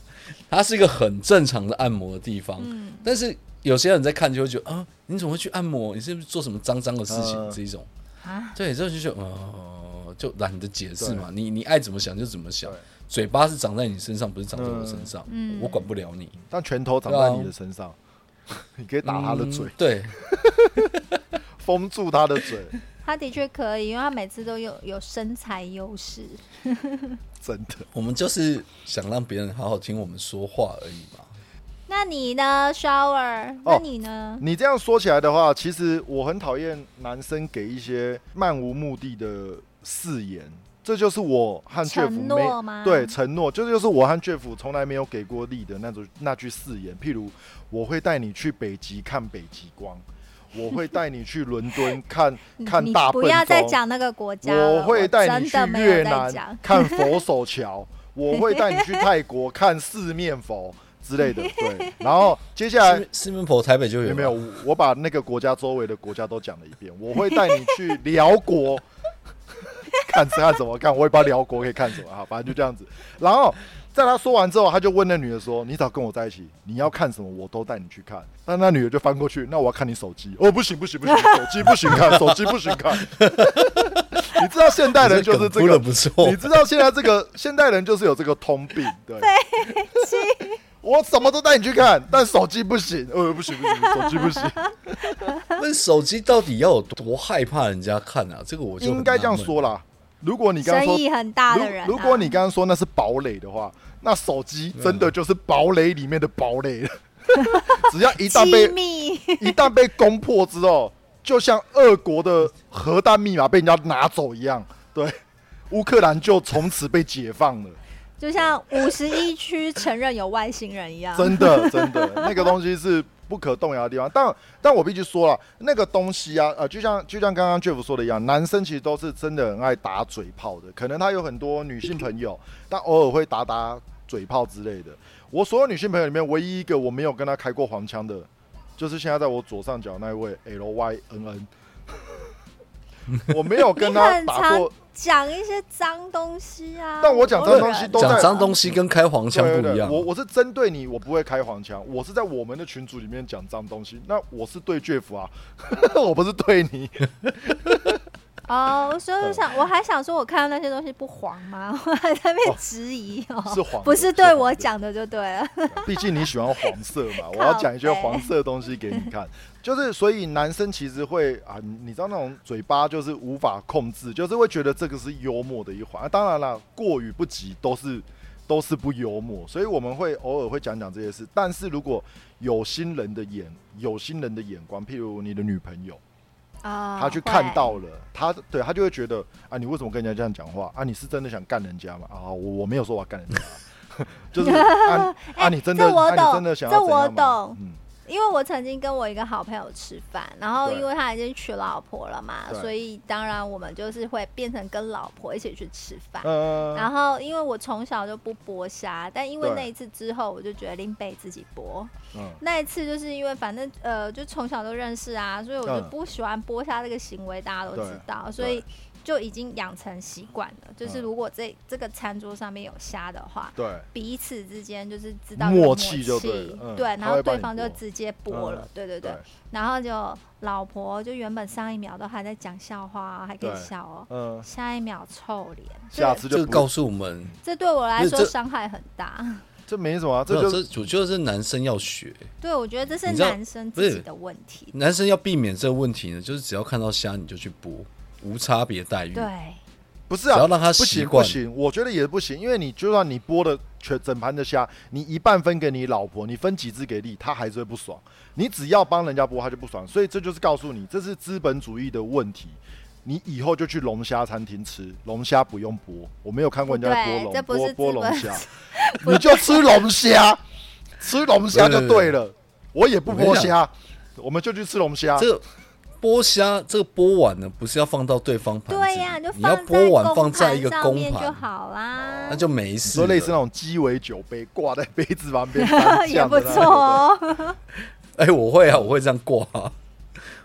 [SPEAKER 1] 它是一个很正常的按摩的地方。
[SPEAKER 2] 嗯
[SPEAKER 1] 但是有些人在看就会觉得啊，你怎么会去按摩？你是不是做什么脏脏的事情？
[SPEAKER 2] 嗯
[SPEAKER 1] 这一种
[SPEAKER 3] 啊，
[SPEAKER 1] 对，这就是呃，就懒得解释嘛。你你爱怎么想就怎么想
[SPEAKER 2] 对，嗯
[SPEAKER 1] 嘴巴是长在你身上，不是长在我身上，我管不了你。
[SPEAKER 2] 但拳头长在你的身 上，你可以打他的
[SPEAKER 1] 嗯
[SPEAKER 2] 嘴，
[SPEAKER 1] 对，
[SPEAKER 2] 封住他的嘴，
[SPEAKER 3] 他的确可以，因为他每次都有有身材优势。
[SPEAKER 2] 真的。
[SPEAKER 1] 我们就是想让别人好好听我们说话而已嘛。
[SPEAKER 3] 那你呢，Shower？那
[SPEAKER 2] 哦
[SPEAKER 3] 你呢？
[SPEAKER 2] 你这样说起来的话，其实我很讨厌男生给一些漫无目的的誓言，这就是我和 Jeff
[SPEAKER 3] 承
[SPEAKER 2] 没
[SPEAKER 3] 诺吗？
[SPEAKER 2] 对，承诺，这就是我和 Jeff 从来没有给过力的那种那句誓言。譬如，我会带你去北极看北极光，我会带你去伦敦看
[SPEAKER 3] 你，
[SPEAKER 2] 看
[SPEAKER 3] 你
[SPEAKER 2] 大笨
[SPEAKER 3] 不要再
[SPEAKER 2] 钟
[SPEAKER 3] 讲那个国家了
[SPEAKER 2] 我会带你
[SPEAKER 3] 真
[SPEAKER 2] 去
[SPEAKER 3] 的没
[SPEAKER 2] 越
[SPEAKER 3] 有在
[SPEAKER 2] 南
[SPEAKER 3] 讲。
[SPEAKER 2] 看佛手 桥，我会带你去泰国看四面佛之类的。对，然后接下来
[SPEAKER 1] 四四面婆台北就有
[SPEAKER 2] 有
[SPEAKER 1] 了
[SPEAKER 2] 哎没有？我我把那个国家周围的国家都讲了一遍。我会带你去辽国 看看什么？看我也不知道辽国可以看什么哈，反正就这样子。然后在他说完之后，他就问那女的说：“你只要跟我在一起，你要看什么我都带你去看。”但那女的就翻过去：“那我要看你手机。”哦，不行不行不行，手机不行看，手机不行看。 你知道现代人就是
[SPEAKER 1] 你这
[SPEAKER 2] 这
[SPEAKER 1] 梗铺得
[SPEAKER 2] 个
[SPEAKER 1] 不错
[SPEAKER 2] 你知道现在这个现代人就是有这个通病，对。我什么都带你去看，但手机不行，呃，不行不行，手机不行。
[SPEAKER 1] 问手机到底要有多害怕人家看啊？这个 我就很
[SPEAKER 2] 应该这样
[SPEAKER 1] 纳闷
[SPEAKER 2] 说啦。如果你刚刚
[SPEAKER 3] 生
[SPEAKER 2] 说，
[SPEAKER 3] 意很大的人啊、
[SPEAKER 2] 如如果你刚刚说那是堡垒的话，那手机
[SPEAKER 1] 嗯
[SPEAKER 2] 真的就是堡垒里面的堡垒了。 只要一旦被
[SPEAKER 3] 机密，
[SPEAKER 2] 一旦被攻破之后，就像俄国的核弹密码被人家拿走一样，对，乌克兰就从此被解放了。
[SPEAKER 3] 就像五十一区承认有外星人一样。
[SPEAKER 2] 真的，真 的，那个东西是不可动摇的地方。但但我必须说了，那个东西啊，呃，就像就像刚刚 Jeff 说的一样，男生其实都是真的很爱打嘴炮的。可能他有很多女性朋 友，但偶尔会打打嘴炮之类的。我所有女性朋友里面，唯一一个我没有跟她开过黄腔的，就是现在在我左上角那一位 L Y N N。我没有跟
[SPEAKER 3] 你
[SPEAKER 2] 她
[SPEAKER 3] 很
[SPEAKER 2] 打
[SPEAKER 3] 常
[SPEAKER 2] 过，
[SPEAKER 3] 讲一些脏东西啊。
[SPEAKER 2] 但我讲脏东西
[SPEAKER 3] 忍
[SPEAKER 2] 都在
[SPEAKER 1] 讲脏东西跟开黄腔
[SPEAKER 2] 对
[SPEAKER 1] 不
[SPEAKER 2] 对
[SPEAKER 1] 一
[SPEAKER 2] 对，
[SPEAKER 1] 样。
[SPEAKER 2] 我我是针对你，我不会开黄腔，我是在我们的群组里面讲脏东西。那我是对 Jeff 啊， 我不是对你。
[SPEAKER 3] 哦，所以我想，我还想说，我看到那些东西不黄吗？ 我还在那边质疑哦，
[SPEAKER 2] 是黄的
[SPEAKER 3] 不是
[SPEAKER 2] 是
[SPEAKER 3] 对
[SPEAKER 2] 黄
[SPEAKER 3] 我
[SPEAKER 2] 的
[SPEAKER 3] 讲的就对了。
[SPEAKER 2] 毕竟你喜欢黄色嘛，我要讲一些黄色的东西给你看。就是所以男生其实会啊，你你知道那种嘴巴就是无法控制，就是会觉得这个是幽默的一环。啊、当然啦，过与不及都是都是不幽默，所以我们会偶尔会讲讲这些事。但是如果有心人的眼，有心人的眼光，譬如你的女朋友。
[SPEAKER 3] 啊
[SPEAKER 2] 他去看，到了，他对他就会觉得啊，你为什么跟人家这样讲话啊？你是真的想干人家吗？啊，我我没有说我要干人家， 就是 啊啊，你真的
[SPEAKER 3] 哎这我
[SPEAKER 2] 啊你
[SPEAKER 3] 懂
[SPEAKER 2] 真的想要
[SPEAKER 3] 这
[SPEAKER 2] 怎样
[SPEAKER 3] 我
[SPEAKER 2] 吗
[SPEAKER 3] 懂
[SPEAKER 2] 嗯，
[SPEAKER 3] 会因为我曾经跟我一个好朋友吃饭，然后
[SPEAKER 2] 对
[SPEAKER 3] 因为他已经娶老婆了嘛，
[SPEAKER 2] 对
[SPEAKER 3] 所以当然我们就是会变成跟老婆一起去吃饭。
[SPEAKER 2] 呃，
[SPEAKER 3] 然后，因为我从小就不剥虾，但因为
[SPEAKER 2] 对
[SPEAKER 3] 那一次之后，我就决定被自己剥。
[SPEAKER 2] 嗯，
[SPEAKER 3] 那一次就是因为反正呃，就从小都认识啊，所以我就
[SPEAKER 2] 嗯
[SPEAKER 3] 不喜欢剥虾这个行为，大家都知道，所以就已经养成习惯了。就是
[SPEAKER 2] 嗯
[SPEAKER 3] 如果这这个餐桌上面有虾的话，
[SPEAKER 2] 对，
[SPEAKER 3] 彼此之间就是知道
[SPEAKER 2] 默
[SPEAKER 3] 有
[SPEAKER 2] 契
[SPEAKER 3] 契
[SPEAKER 2] 就对了嗯
[SPEAKER 3] 对
[SPEAKER 2] 他
[SPEAKER 3] 然后
[SPEAKER 2] 会帮
[SPEAKER 3] 对
[SPEAKER 2] 你
[SPEAKER 3] 方就
[SPEAKER 2] 剥
[SPEAKER 3] 直接剥了
[SPEAKER 2] 嗯，
[SPEAKER 3] 对对对
[SPEAKER 2] 对，
[SPEAKER 3] 然后就老婆就原本上一秒都还在讲笑话啊，还可以
[SPEAKER 2] 对
[SPEAKER 3] 笑哦，
[SPEAKER 2] 嗯，
[SPEAKER 3] 下一秒臭脸，
[SPEAKER 2] 下
[SPEAKER 3] 这
[SPEAKER 2] 次
[SPEAKER 1] 这
[SPEAKER 2] 就
[SPEAKER 1] 个
[SPEAKER 2] 不
[SPEAKER 1] 告诉我们，
[SPEAKER 3] 这对我来
[SPEAKER 1] 不是
[SPEAKER 3] 说
[SPEAKER 1] 这
[SPEAKER 3] 伤害很大。
[SPEAKER 2] 这没什么啊，
[SPEAKER 1] 没
[SPEAKER 2] 这
[SPEAKER 1] 有
[SPEAKER 2] 就是
[SPEAKER 1] 这我觉得是男生要学，
[SPEAKER 3] 对，我觉得这是
[SPEAKER 1] 你知道
[SPEAKER 3] 男生
[SPEAKER 1] 不
[SPEAKER 3] 自
[SPEAKER 1] 是
[SPEAKER 3] 己的问题。
[SPEAKER 1] 男生要避免这个问题呢，就是只要看到虾你就去剥，无差别待遇。
[SPEAKER 3] 对，
[SPEAKER 2] 不是啊，
[SPEAKER 1] 只要让他
[SPEAKER 2] 不
[SPEAKER 1] 习
[SPEAKER 2] 行不
[SPEAKER 1] 惯
[SPEAKER 2] 行，我觉得也不行，因为你就算你剥了全整盘的虾，你一半分给你老婆，你分几只给丽，她还是会不爽。你只要帮人家剥，她就不爽，所以这就是告诉你，这是资本主义的问题。你以后就去龙虾餐厅吃龙虾，不用剥。我没有看过人家剥龙，
[SPEAKER 3] 不对这不
[SPEAKER 2] 剥
[SPEAKER 3] 是
[SPEAKER 2] 剥
[SPEAKER 3] 资本
[SPEAKER 2] 龙 虾，你就吃龙虾，吃龙虾就对了。我也不剥
[SPEAKER 1] 我跟你
[SPEAKER 2] 虾，我们就去吃龙虾。
[SPEAKER 1] 这个剥虾，这个剥完呢，不是要放到对方盘子里，
[SPEAKER 3] 对呀、就
[SPEAKER 1] 你要
[SPEAKER 3] 放
[SPEAKER 1] 剥完放
[SPEAKER 3] 在
[SPEAKER 1] 在一个
[SPEAKER 3] 上
[SPEAKER 1] 公
[SPEAKER 3] 面就
[SPEAKER 1] 盘，
[SPEAKER 3] 好啦
[SPEAKER 1] 那。就没事
[SPEAKER 2] 说
[SPEAKER 1] 了。
[SPEAKER 2] 类似那种鸡尾酒杯挂在杯子旁 边，翻
[SPEAKER 3] 也
[SPEAKER 2] 酱
[SPEAKER 3] 不
[SPEAKER 2] 的那
[SPEAKER 3] 错
[SPEAKER 2] 种
[SPEAKER 3] 哦，
[SPEAKER 1] 哎、我会啊，我会这样挂、啊，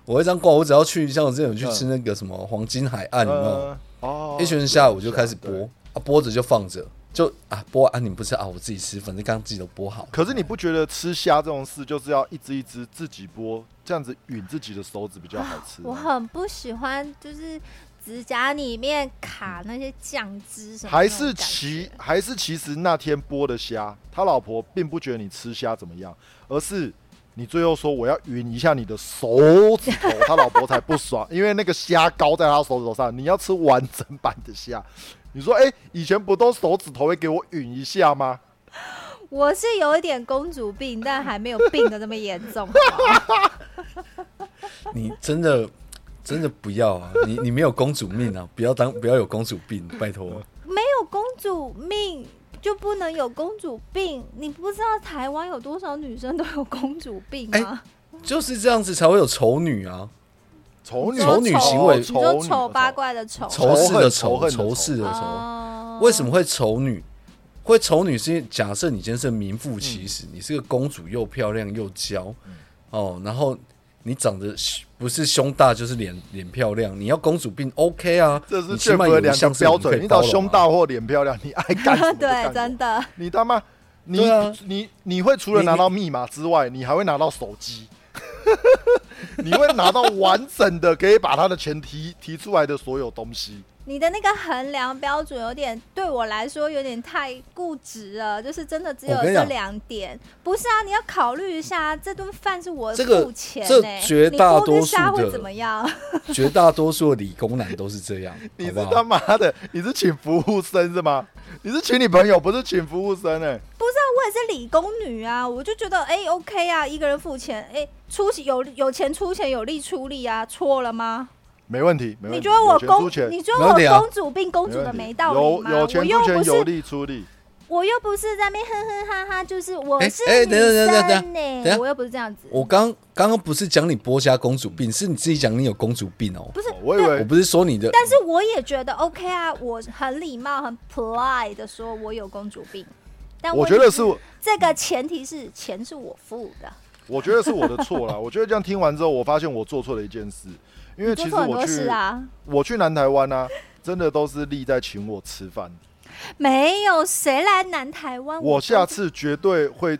[SPEAKER 1] 我会这样挂。我只要去，像我之前有去
[SPEAKER 2] 嗯
[SPEAKER 1] 吃那个什么黄金海岸，有没有？
[SPEAKER 2] 呃哦，
[SPEAKER 1] 一群人下午就开始剥，啊，剥着就放着，就啊剥啊，你们不吃啊，我自己吃，反正刚刚自己都剥好了。
[SPEAKER 2] 可是你不觉得吃虾这种事就是要一只一只自己剥，这样子吮自己的手指比较好吃吗？
[SPEAKER 3] 我很不喜欢，就是指甲里面卡那些酱汁什么
[SPEAKER 2] 还
[SPEAKER 3] 那种
[SPEAKER 2] 是
[SPEAKER 3] 感觉
[SPEAKER 2] 其还是其实那天剥的虾，他老婆并不觉得你吃虾怎么样，而是你最后说我要吮一下你的手指头，他老婆才不爽，因为那个虾膏在他手指头上，你要吃完整版的虾。 你说，哎、以前不都手指头会给我吮一下吗？
[SPEAKER 1] 嗯
[SPEAKER 3] 我是有一点公主病，但还没有病的那么严 重。好不好
[SPEAKER 1] 你真的真的不要啊！你你没有公主命啊！不要当不要有公主病，拜托。
[SPEAKER 3] 没有公主命就不能有公主病，你不知道台湾有多少女生都有公主病啊吗？
[SPEAKER 2] 嗯
[SPEAKER 1] 就是这样子才会有丑女啊，
[SPEAKER 2] 丑女，
[SPEAKER 1] 哎丑女行为
[SPEAKER 3] 你
[SPEAKER 2] 丑
[SPEAKER 3] 说
[SPEAKER 2] 女
[SPEAKER 3] 丑八怪的丑，
[SPEAKER 1] 仇视的
[SPEAKER 2] 仇
[SPEAKER 1] 仇，
[SPEAKER 2] 恨仇恨
[SPEAKER 1] 仇
[SPEAKER 2] 的
[SPEAKER 1] 视的仇。
[SPEAKER 3] 哦
[SPEAKER 1] 为什么会丑女？会丑女是因为假设你今天是名副其
[SPEAKER 2] 嗯
[SPEAKER 1] 实，你是个公主，又漂亮又娇，哦，然后你长得不是胸大就是脸脸漂亮，你要公主病 OK 啊？
[SPEAKER 2] 这是
[SPEAKER 1] 你起码
[SPEAKER 2] Jeff
[SPEAKER 1] 有
[SPEAKER 2] 的
[SPEAKER 1] 一
[SPEAKER 2] 两个
[SPEAKER 1] 项是
[SPEAKER 2] 标
[SPEAKER 1] 可
[SPEAKER 2] 准，
[SPEAKER 1] 以
[SPEAKER 2] 你找
[SPEAKER 1] 包容
[SPEAKER 2] 胸
[SPEAKER 1] 啊
[SPEAKER 2] 大或脸漂亮，你爱干什么就干什
[SPEAKER 3] 对，啊
[SPEAKER 2] 么
[SPEAKER 3] 真的。
[SPEAKER 2] 你他妈，你、
[SPEAKER 1] 对啊
[SPEAKER 2] 你你会除了
[SPEAKER 1] 你
[SPEAKER 2] 拿到密码之外，你还会拿到 手机，你会拿到完整的，可以把他的钱提提出来的所有东西。
[SPEAKER 3] 你的那个衡量标准有点对我来说有点太固执了，就是真的只有
[SPEAKER 1] 我跟你
[SPEAKER 3] 这
[SPEAKER 1] 讲
[SPEAKER 3] 两点。不是啊，你要考虑一下，这顿饭是我
[SPEAKER 1] 这个
[SPEAKER 3] 付钱、欸
[SPEAKER 1] 这绝大多数的
[SPEAKER 3] 你剥个虾会怎么样？
[SPEAKER 1] 绝大多数的理工男都是这 样，
[SPEAKER 2] 你
[SPEAKER 1] 好
[SPEAKER 2] 是
[SPEAKER 1] 不
[SPEAKER 2] 他
[SPEAKER 1] 好？
[SPEAKER 2] 妈的，你是请服务生是吗？你是请你朋友，不是请服务生哎、
[SPEAKER 3] 不是啊，我也是理工女啊，我就觉得哎、OK 啊，一个人付钱，哎、出钱有有钱出钱，有力出力啊，错了吗？
[SPEAKER 2] 没问题，没问题。
[SPEAKER 3] 你觉得我
[SPEAKER 2] 有钱出
[SPEAKER 3] 公
[SPEAKER 2] 钱，
[SPEAKER 3] 你觉得
[SPEAKER 1] 没问题啊
[SPEAKER 3] 我公主病，公主
[SPEAKER 2] 没
[SPEAKER 3] 的
[SPEAKER 2] 问题
[SPEAKER 3] 没道理
[SPEAKER 2] 有
[SPEAKER 3] 吗？
[SPEAKER 2] 有钱
[SPEAKER 3] 我又
[SPEAKER 2] 出钱，
[SPEAKER 3] 不
[SPEAKER 2] 有
[SPEAKER 3] 是
[SPEAKER 2] 力出力。
[SPEAKER 3] 我又不是在那边哼哼哈哈，就是我
[SPEAKER 1] 哎
[SPEAKER 3] 是
[SPEAKER 1] 哎
[SPEAKER 3] 女
[SPEAKER 1] 等一下等一下
[SPEAKER 3] 生欸
[SPEAKER 1] 等一下
[SPEAKER 3] 呢，我又不是这样子，
[SPEAKER 1] 我刚刚刚不是讲你波家公主病，是你自己讲你有公主病哦。
[SPEAKER 3] 不是
[SPEAKER 2] 哦，我以为
[SPEAKER 1] 我不是说你的，
[SPEAKER 3] 但是我也觉得 OK 啊，我很礼貌、很 polite 的说，我有公主病。但
[SPEAKER 2] 我
[SPEAKER 3] 问题
[SPEAKER 2] 觉得是我
[SPEAKER 3] 这个前提是钱是我付的，
[SPEAKER 2] 我觉得是我的错 啦。我觉得这样听完之后，我发现我做错了一件事，因为
[SPEAKER 3] 做
[SPEAKER 2] 其实
[SPEAKER 3] 错很
[SPEAKER 2] 我
[SPEAKER 3] 多
[SPEAKER 2] 去
[SPEAKER 3] 事啊，
[SPEAKER 2] 我去南台湾啊，真的都是丽在请我吃饭。
[SPEAKER 3] 没有谁来南台湾。
[SPEAKER 2] 我下
[SPEAKER 3] 都
[SPEAKER 2] 次绝对会，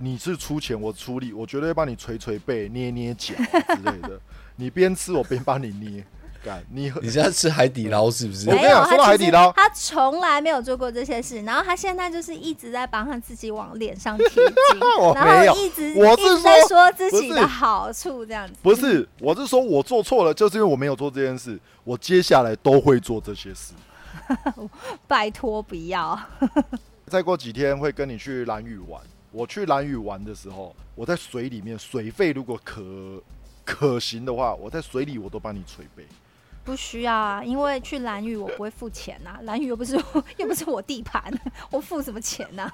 [SPEAKER 2] 你是出钱我出力，我绝对会帮你捶捶背、捏捏脚之类 的。你边吃我边帮你捏，干你
[SPEAKER 1] 你现在吃海底捞是不是？
[SPEAKER 2] 我跟
[SPEAKER 3] 没
[SPEAKER 2] 你
[SPEAKER 3] 有
[SPEAKER 2] 讲，说到
[SPEAKER 3] 他
[SPEAKER 2] 海
[SPEAKER 3] 其
[SPEAKER 2] 底
[SPEAKER 3] 实
[SPEAKER 2] 捞
[SPEAKER 3] 他从来没有做过这些事，然后他现在就是一直在帮他自己往脸上贴金，
[SPEAKER 2] 我没
[SPEAKER 3] 然
[SPEAKER 2] 有
[SPEAKER 3] 后一直
[SPEAKER 2] 我
[SPEAKER 3] 一
[SPEAKER 2] 是
[SPEAKER 3] 直在
[SPEAKER 2] 说
[SPEAKER 3] 说自
[SPEAKER 2] 不
[SPEAKER 3] 己
[SPEAKER 2] 是
[SPEAKER 3] 的好处这样子。
[SPEAKER 2] 不是，我是说我做错了，就是因为我没有做这件事，我接下来都会做这些事。
[SPEAKER 3] 拜托不要，
[SPEAKER 2] 再过几天会跟你去蓝屿玩。我去蓝屿玩的时候，我在水里面，水费如果可可行的话，我在水里我都帮你捶背。
[SPEAKER 3] 不需要啊，因为去蓝屿我不会付钱呐、啊，蓝屿又不是我 又不是我地盘，我付什么钱呐、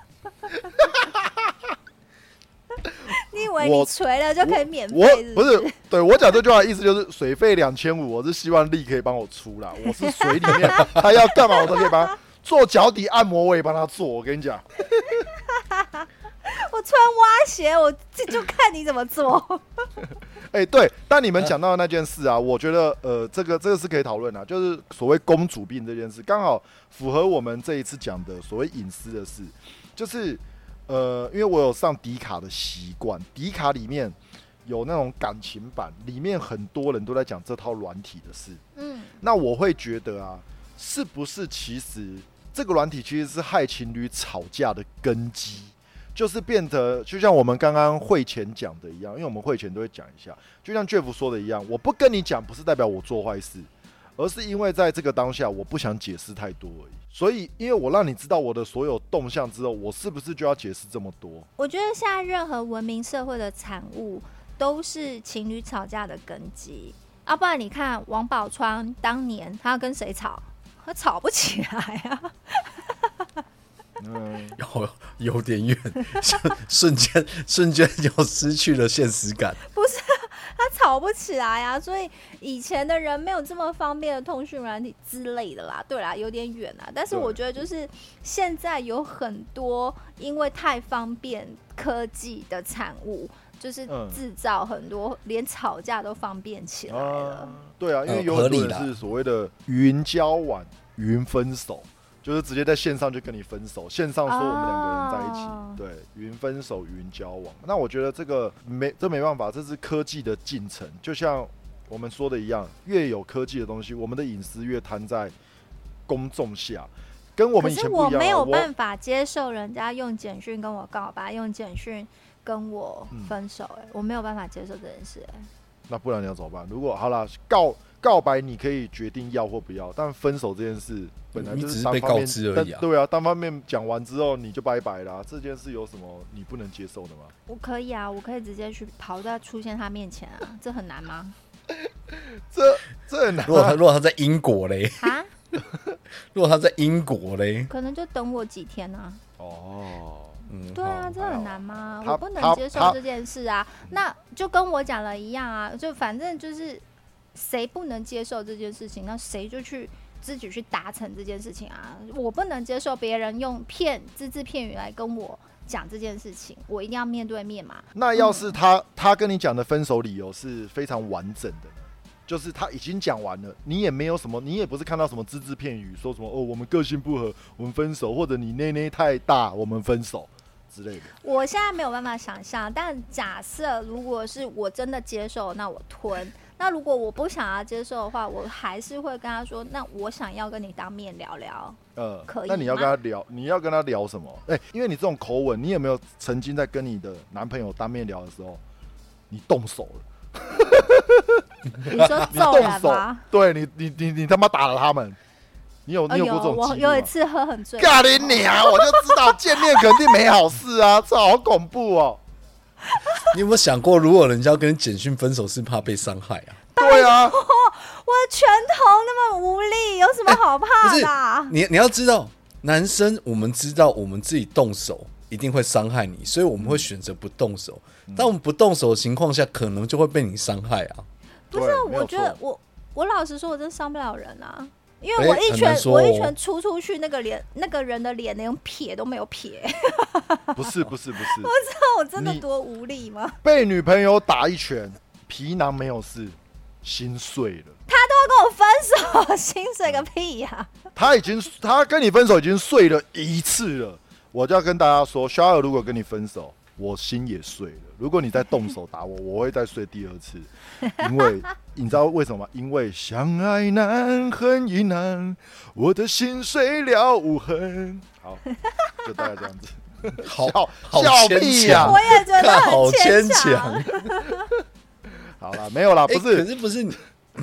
[SPEAKER 3] 你以为你
[SPEAKER 2] 我
[SPEAKER 3] 锤了就可以免
[SPEAKER 2] 我
[SPEAKER 3] 费？
[SPEAKER 2] 不
[SPEAKER 3] 是
[SPEAKER 2] 是，对我讲这句话的意思就是水费两千五，我是希望力可以帮我出啦。我是水里面，他要干嘛我都可以帮他做脚底按摩，我也帮他做。我跟你讲，
[SPEAKER 3] 我穿蛙鞋，我这就看你怎么做。
[SPEAKER 2] 哎、对，但你们讲到的那件事啊，我觉得呃，这个这个是可以讨论啊，就是所谓公主病这件事，刚好符合我们这一次讲的所谓隐私的事，就是呃，因为我有上迪卡的习惯，迪卡里面有那种感情版，里面很多人都在讲这套软体的事，
[SPEAKER 3] 嗯，
[SPEAKER 2] 那我会觉得啊，是不是其实这个软体其实是害情侣吵架的根基，就是变得就像我们刚刚会前讲的一样，因为我们会前都会讲一下，就像 Jeff 说的一样，我不跟你讲，不是代表我做坏事，而是因为在这个当下，我不想解释太多而已。所以，因为我让你知道我的所有动向之后，我是不是就要解释这么多？
[SPEAKER 3] 我觉得现在任何文明社会的产物都是情侣吵架的根基，要、不然你看王宝钏当年他要跟谁吵，他吵不起来啊。
[SPEAKER 2] 嗯，
[SPEAKER 1] 有有点远，瞬瞬间瞬间就失去了现实感。
[SPEAKER 3] 不是啊，他吵不起来啊，所以以前的人没有这么方便的通讯软体之类的啦。对啦，有点远啊，但是
[SPEAKER 2] 对
[SPEAKER 3] 我觉得就是现在有很多因为太方便科技的产物，就是
[SPEAKER 2] 嗯
[SPEAKER 3] 制造很多连吵架都方便起来了。
[SPEAKER 2] 对啊，因为
[SPEAKER 1] 呃
[SPEAKER 2] 有
[SPEAKER 1] 合
[SPEAKER 2] 很多
[SPEAKER 1] 理
[SPEAKER 2] 人
[SPEAKER 1] 啦
[SPEAKER 2] 是所谓的云交往、云分手，就是直接在线上就跟你分手，线上说我们两个人在一起，
[SPEAKER 3] 哦
[SPEAKER 2] 对，云分手、云交往。那我觉得这个没这没办法，这是科技的进程，就像我们说的一样，越有科技的东西，我们的隐私越摊在公众下。跟我
[SPEAKER 3] 可
[SPEAKER 2] 们以前
[SPEAKER 3] 是
[SPEAKER 2] 不一样、
[SPEAKER 3] 我
[SPEAKER 2] 啊，
[SPEAKER 3] 没有办
[SPEAKER 2] 法。
[SPEAKER 3] 法接受人家用简讯跟我告白，用简讯跟我
[SPEAKER 2] 嗯
[SPEAKER 3] 分手、欸，我没有办法接受这件事、欸。
[SPEAKER 2] 那不然你要怎么办？如果好啦，告告白你可以决定要或不要，但分手这件事本来
[SPEAKER 1] 你
[SPEAKER 2] 就
[SPEAKER 1] 只是
[SPEAKER 2] 单
[SPEAKER 1] 被
[SPEAKER 2] 方面
[SPEAKER 1] 告知而已啊
[SPEAKER 2] 但对啊，单方面讲完之后你就拜拜啦、这件事有什么你不能接受的吗？
[SPEAKER 3] 我可以啊，我可以直接去跑到出现他面前啊，这很难吗？
[SPEAKER 2] 这这很难
[SPEAKER 1] 如果 他如果他在英国嘞，
[SPEAKER 3] 啊，
[SPEAKER 1] 如果他在英国嘞，
[SPEAKER 3] 可能就等我几天啊。
[SPEAKER 2] 哦。
[SPEAKER 1] 嗯，
[SPEAKER 3] 对啊，
[SPEAKER 1] 好
[SPEAKER 3] 这很难吗？
[SPEAKER 2] 他
[SPEAKER 3] 我不能
[SPEAKER 2] 他
[SPEAKER 3] 接受
[SPEAKER 2] 他
[SPEAKER 3] 这件事啊。那就跟我讲了一样啊，就反正就是谁不能接受这件事情，那谁就去自己去达成这件事情啊。我不能接受别人用骗只字片语来跟我讲这件事情，我一定要面对面嘛。
[SPEAKER 2] 那要是他他跟你讲的分手理由是非常完整的呢，就是他已经讲完了，你也没有什么，你也不是看到什么只字片语说什么哦，我们个性不合，我们分手，或者你内内太大，我们分手之类的。
[SPEAKER 3] 我现在没有办法想象，但假设如果是我真的接受，那我吞；那如果我不想要接受的话，我还是会跟他说，那我想要跟你当面聊聊。
[SPEAKER 2] 呃
[SPEAKER 3] 可以
[SPEAKER 2] 那你要
[SPEAKER 3] 吗
[SPEAKER 2] 跟他聊，你要跟他聊什么？哎、因为你这种口吻，你有没有曾经在跟你的男朋友当面聊的时候，你动手了？
[SPEAKER 3] 你说
[SPEAKER 2] 你
[SPEAKER 3] 揍
[SPEAKER 2] 动
[SPEAKER 3] 人
[SPEAKER 2] 手
[SPEAKER 3] 吗？？
[SPEAKER 2] 对你，你你你他妈打了他们，你有
[SPEAKER 3] 哦
[SPEAKER 2] 你有过这种
[SPEAKER 3] 我
[SPEAKER 2] 记录
[SPEAKER 3] 有一
[SPEAKER 2] 吗？
[SPEAKER 3] 次喝很醉，
[SPEAKER 2] 干你娘！我就知道见面肯定没好事啊，这好恐怖哦！
[SPEAKER 1] 你有没有想过，如果人家跟简讯分手是怕被伤害啊？
[SPEAKER 2] 对啊，
[SPEAKER 3] 我的拳头那么无力，有什么好怕的啊、
[SPEAKER 1] 你你要知道，男生我们知道我们自己动手一定会伤害你，所以我们会选择不动手。
[SPEAKER 3] 嗯
[SPEAKER 1] 但我们不动手的情况下，可能就会被你伤害啊。
[SPEAKER 3] 不是，我觉得我我老实说，我真伤不了人啊，因为
[SPEAKER 1] 哎
[SPEAKER 3] 我一
[SPEAKER 1] 很
[SPEAKER 3] 拳、
[SPEAKER 1] 难说
[SPEAKER 3] 我
[SPEAKER 1] 哦
[SPEAKER 3] 一拳出出去，那个脸那个人的脸连撇都没有撇，
[SPEAKER 2] 不是不是不是，
[SPEAKER 3] 我真的
[SPEAKER 2] 你
[SPEAKER 3] 多无力吗？
[SPEAKER 2] 被女朋友打一拳，皮囊没有事，心碎了。
[SPEAKER 3] 他都要跟我分手， 心碎个屁呀、
[SPEAKER 2] 他已经他跟你分手已经碎了一次了，我就要跟大家说，肖二如果跟你分手，我心也碎了。如果你再动手打我，我会再碎第二次，因为 你知道为什么吗？因为相爱难，恨亦难，我的心碎了无痕。好，就大概这样子。
[SPEAKER 1] 好
[SPEAKER 2] 笑
[SPEAKER 1] 好
[SPEAKER 2] 笑
[SPEAKER 1] 牵
[SPEAKER 2] 屁
[SPEAKER 1] 强
[SPEAKER 2] 呀
[SPEAKER 3] 啊我也觉得
[SPEAKER 1] 看好
[SPEAKER 3] 很
[SPEAKER 1] 牵
[SPEAKER 3] 强。
[SPEAKER 1] 强，
[SPEAKER 2] 好啦，没有啦，
[SPEAKER 1] 哎
[SPEAKER 2] 不
[SPEAKER 1] 可
[SPEAKER 2] 是，
[SPEAKER 1] 是不是你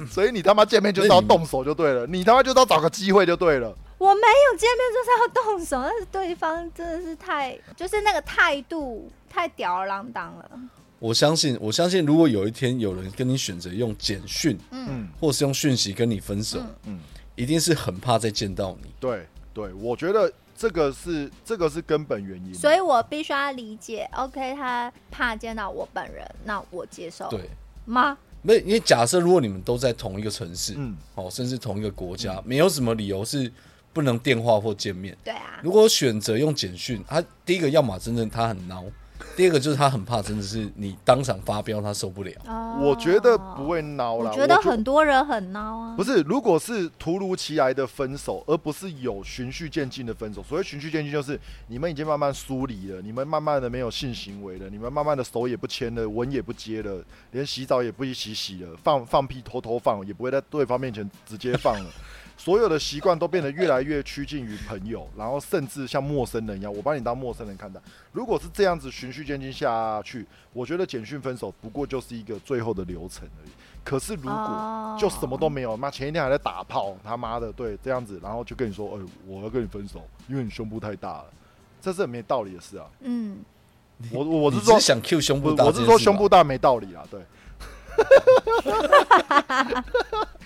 [SPEAKER 2] 所以你他妈见面就是要动手就对了，你他妈就是要找个机会就对了。
[SPEAKER 3] 我没有见面就是要动手，但是对方真的是太，就是那个态度太吊儿郎当了。
[SPEAKER 1] 我相信，我相信，如果有一天有人跟你选择用简讯，
[SPEAKER 2] 嗯，
[SPEAKER 1] 或是用讯息跟你分手，
[SPEAKER 2] 嗯
[SPEAKER 1] 一定是很怕再见到你。
[SPEAKER 2] 对对，我觉得这个是这个是根本
[SPEAKER 1] 嗯
[SPEAKER 2] 原因。啊
[SPEAKER 3] 所以我必须要理解，OK，他怕见到我本人，那我接受
[SPEAKER 1] 对，
[SPEAKER 3] 吗？
[SPEAKER 1] 那因为假设如果你们都在同一个城市，
[SPEAKER 2] 嗯
[SPEAKER 1] 哦，甚至同一个国家，没有什么理由是不能电话或见面。
[SPEAKER 3] 对啊，
[SPEAKER 1] 如果选择用简讯，他第一个要么真的他很孬， 第二个就是他很怕，真的是你当场发飙他受不了。
[SPEAKER 3] 哦
[SPEAKER 2] 我觉得不，会孬啦，
[SPEAKER 3] 我觉得很多人很孬啊
[SPEAKER 2] 不。是，如果是突如其来的分手，而不是有循序渐进的分手。所谓循序渐进，就是你们已经慢慢疏离了，你们慢慢的没有性行为了，你们慢慢的手也不牵了，吻也不接了，连洗澡也不一起洗了，放放屁偷偷放，也不会在对方面前直接放了。所有的习惯都变得越来越趋近于朋友，然后甚至像陌生人一样，我把你当陌生人看待。如果是这样子循序渐进下去，我觉得简讯分手不过就是一个最后的流程而已。可是如
[SPEAKER 3] 哦
[SPEAKER 2] 果就什么都没有，妈前一天还在打炮，他妈的，对，这样子，然后就跟你说，哎、我要跟你分手，因为你胸部太大了，这是很没道理的事啊。
[SPEAKER 3] 嗯，
[SPEAKER 2] 我我我
[SPEAKER 1] 你
[SPEAKER 2] 是
[SPEAKER 1] 只
[SPEAKER 2] 说，
[SPEAKER 1] 想 Q 胸部
[SPEAKER 2] 我
[SPEAKER 1] 大
[SPEAKER 2] 我
[SPEAKER 1] 这件
[SPEAKER 2] 是
[SPEAKER 1] 事吧，
[SPEAKER 2] 说胸部大没道理啦，啊对，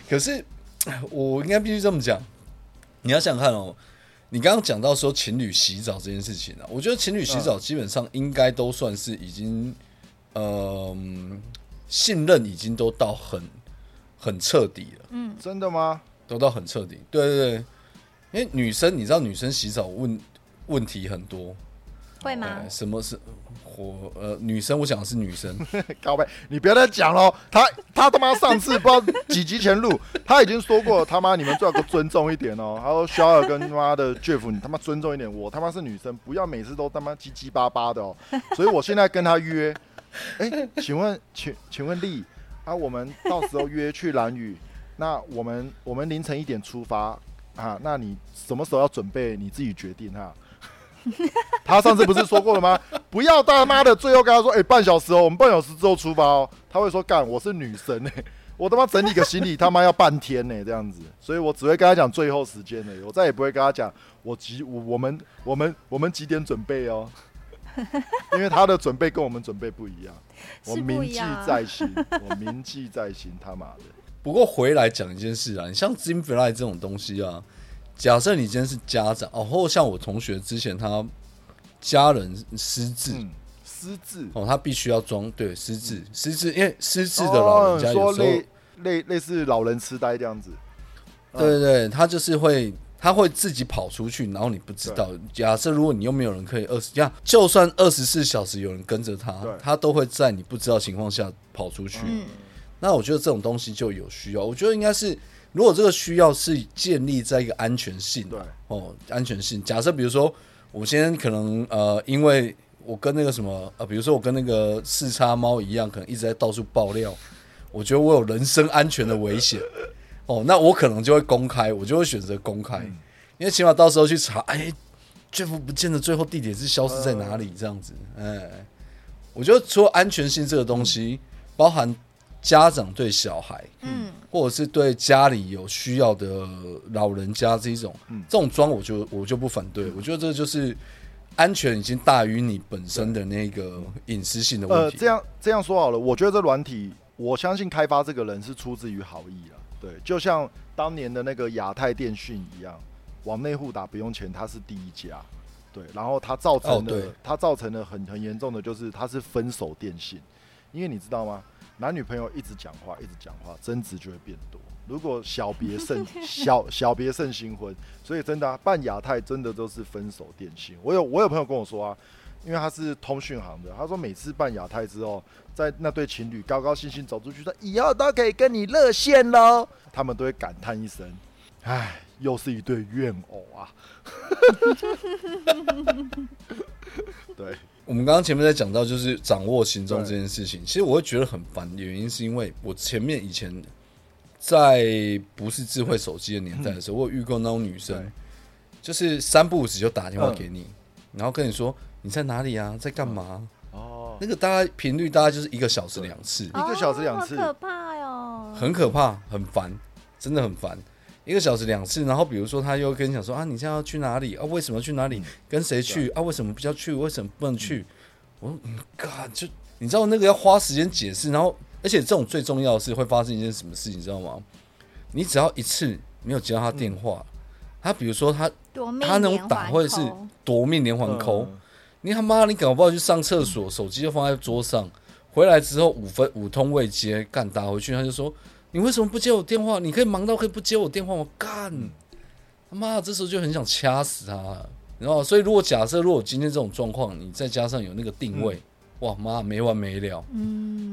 [SPEAKER 1] 可是 我应该必须这么讲，你要想看哦，你刚刚讲到说情侣洗澡这件事情啊，我觉得情侣洗澡基本上应该都算是已经，呃，信任已经都到很很彻底了，
[SPEAKER 2] 真的吗？
[SPEAKER 1] 都到很彻底。对对对，因为女生你知道女生洗澡问问题很多，
[SPEAKER 3] 会吗？
[SPEAKER 1] 呃什么是我呃女生，我讲的是女生，
[SPEAKER 2] 高贝，你不要再讲喽！他他他妈上次不知道几集前录， 他已经说过他妈你们最好给我尊重一点哦。他说肖尔跟他妈的 Jeff，你他妈尊重一点，我他妈是女生，不要每次都他妈唧唧巴巴的哦。所以我现在跟他约， 哎、请问请请问丽啊，我们到时候约去蓝屿，那我们我们凌晨一点出发啊，那你什么时候要准备你自己决定哈、他上次不是说过了吗？ 不要大妈的，最后跟他说，哎、半小时哦，我们半小时之后出发哦。他会说，干，我是女生哎、 我他妈整理个行李他妈要半天呢、这样子，所以我只会跟他讲最后时间呢、欸我再也不会跟他讲我几我我们我们我们几点准备 哦，因为他的准备跟我们准备不一样，我
[SPEAKER 3] 是不
[SPEAKER 2] 铭
[SPEAKER 3] 一
[SPEAKER 2] 记
[SPEAKER 3] 样啊
[SPEAKER 2] 在心，我铭记在心，他妈的。
[SPEAKER 1] 不过回来讲一件事啊，你像 Zim Fly 这种东西啊，假设你今天是家长哦，或像我同学之前他家人失智、
[SPEAKER 2] 嗯，失智
[SPEAKER 1] 哦，他必须要装对失智，失智因为失智
[SPEAKER 2] 是
[SPEAKER 1] 的老人家
[SPEAKER 2] 哦说
[SPEAKER 1] 有时候，
[SPEAKER 2] 类类类似老人痴呆这样子，嗯
[SPEAKER 1] 对对对，他就是会。他会自己跑出去，然后你不知道。假设如果你又没有人可以二十，这样就算二十四小时有人跟着他
[SPEAKER 2] 对，
[SPEAKER 1] 他都会在你不知道情况下跑出去。
[SPEAKER 3] 嗯，
[SPEAKER 1] 那我觉得这种东西就有需要。我觉得应该是，如果这个需要是建立在一个安全性，
[SPEAKER 2] 对
[SPEAKER 1] 哦，安全性。假设比如说，我今天可能呃，因为我跟那个什么呃，比如说我跟那个四叉猫一样，可能一直在到处爆料，我觉得我有人身安全的危险，哦，那我可能就会公开，我就会选择公开，因为起码到时候去查，哎，Jeff 不见的最后地点是消失在哪里这样子，哎。我觉得除了安全性这个东西，包含家长对小孩，嗯，或者是对家里有需要的老人家这一种，
[SPEAKER 2] 嗯
[SPEAKER 1] 这种装我就我就不反对。我觉得这就是安全已经大于你本身的那个隐私性的问
[SPEAKER 2] 呃，
[SPEAKER 1] 题。
[SPEAKER 2] 这样这样说好了，我觉得这软体，我相信开啊发这个人是出自于好意啦。对，就像当年的那个亚太电讯一样，往内户打不用钱，它是第一家。对，然后它造成
[SPEAKER 1] 哦
[SPEAKER 2] 的，
[SPEAKER 1] 对
[SPEAKER 2] 它造成的很很严重的就是它是分手电信，因为你知道吗？男女朋友一直讲话，一直讲话，争执就会变多。如果小别胜小小别胜新婚，所以真的、啊、办亚太真的都是分手电信。我有我有朋友跟我说啊，因为他是通讯行的，他说每次办亚太之后，在那对情侣高高兴兴走出去说以后都可以跟你热线喽，他们都会感叹一声，唉，又是一对怨偶啊。对，
[SPEAKER 1] 我们刚刚前面在讲到，就是掌握行踪这件事情，其实我会觉得很烦，原因是因为我前面以前在不是智慧手机的年代的时候，我有遇过那种女生
[SPEAKER 2] 对，
[SPEAKER 1] 就是三不五时就打电话给你，然后跟你说你在哪里啊，在干嘛啊、
[SPEAKER 2] 哦，
[SPEAKER 1] 那个大概频率大概就是一个小时两次，
[SPEAKER 2] 一个小时两次
[SPEAKER 3] 哦好可怕哦。
[SPEAKER 1] 很可怕，很烦，真的很烦。一个小时两次，然后比如说他又跟你讲说啊，你现在要去哪里啊？为什么要去哪里？跟谁去啊？为什么不要去？为什么不能去？我说嗯，God，就你知道那个要花时间解释，然后而且这种最重要的是会发生一件什么事，你知道吗？你只要一次没有接到他电话，他比如说他
[SPEAKER 3] 夺命
[SPEAKER 1] 他那
[SPEAKER 3] 连
[SPEAKER 1] 种打
[SPEAKER 3] 环
[SPEAKER 1] 会是
[SPEAKER 3] 扣
[SPEAKER 1] 夺命连环扣，
[SPEAKER 2] 嗯
[SPEAKER 1] 你他妈你搞不好去上厕所，手机就放在桌上，回来之后五分五通未接，干打回去他就说你为什么不接我电话？你可以忙到可以不接我电话吗？干他妈的，这时候就很想掐死他了，然后所以如果假设如果今天这种状况，你再加上有那个定位，哇妈没完没了，
[SPEAKER 3] 嗯，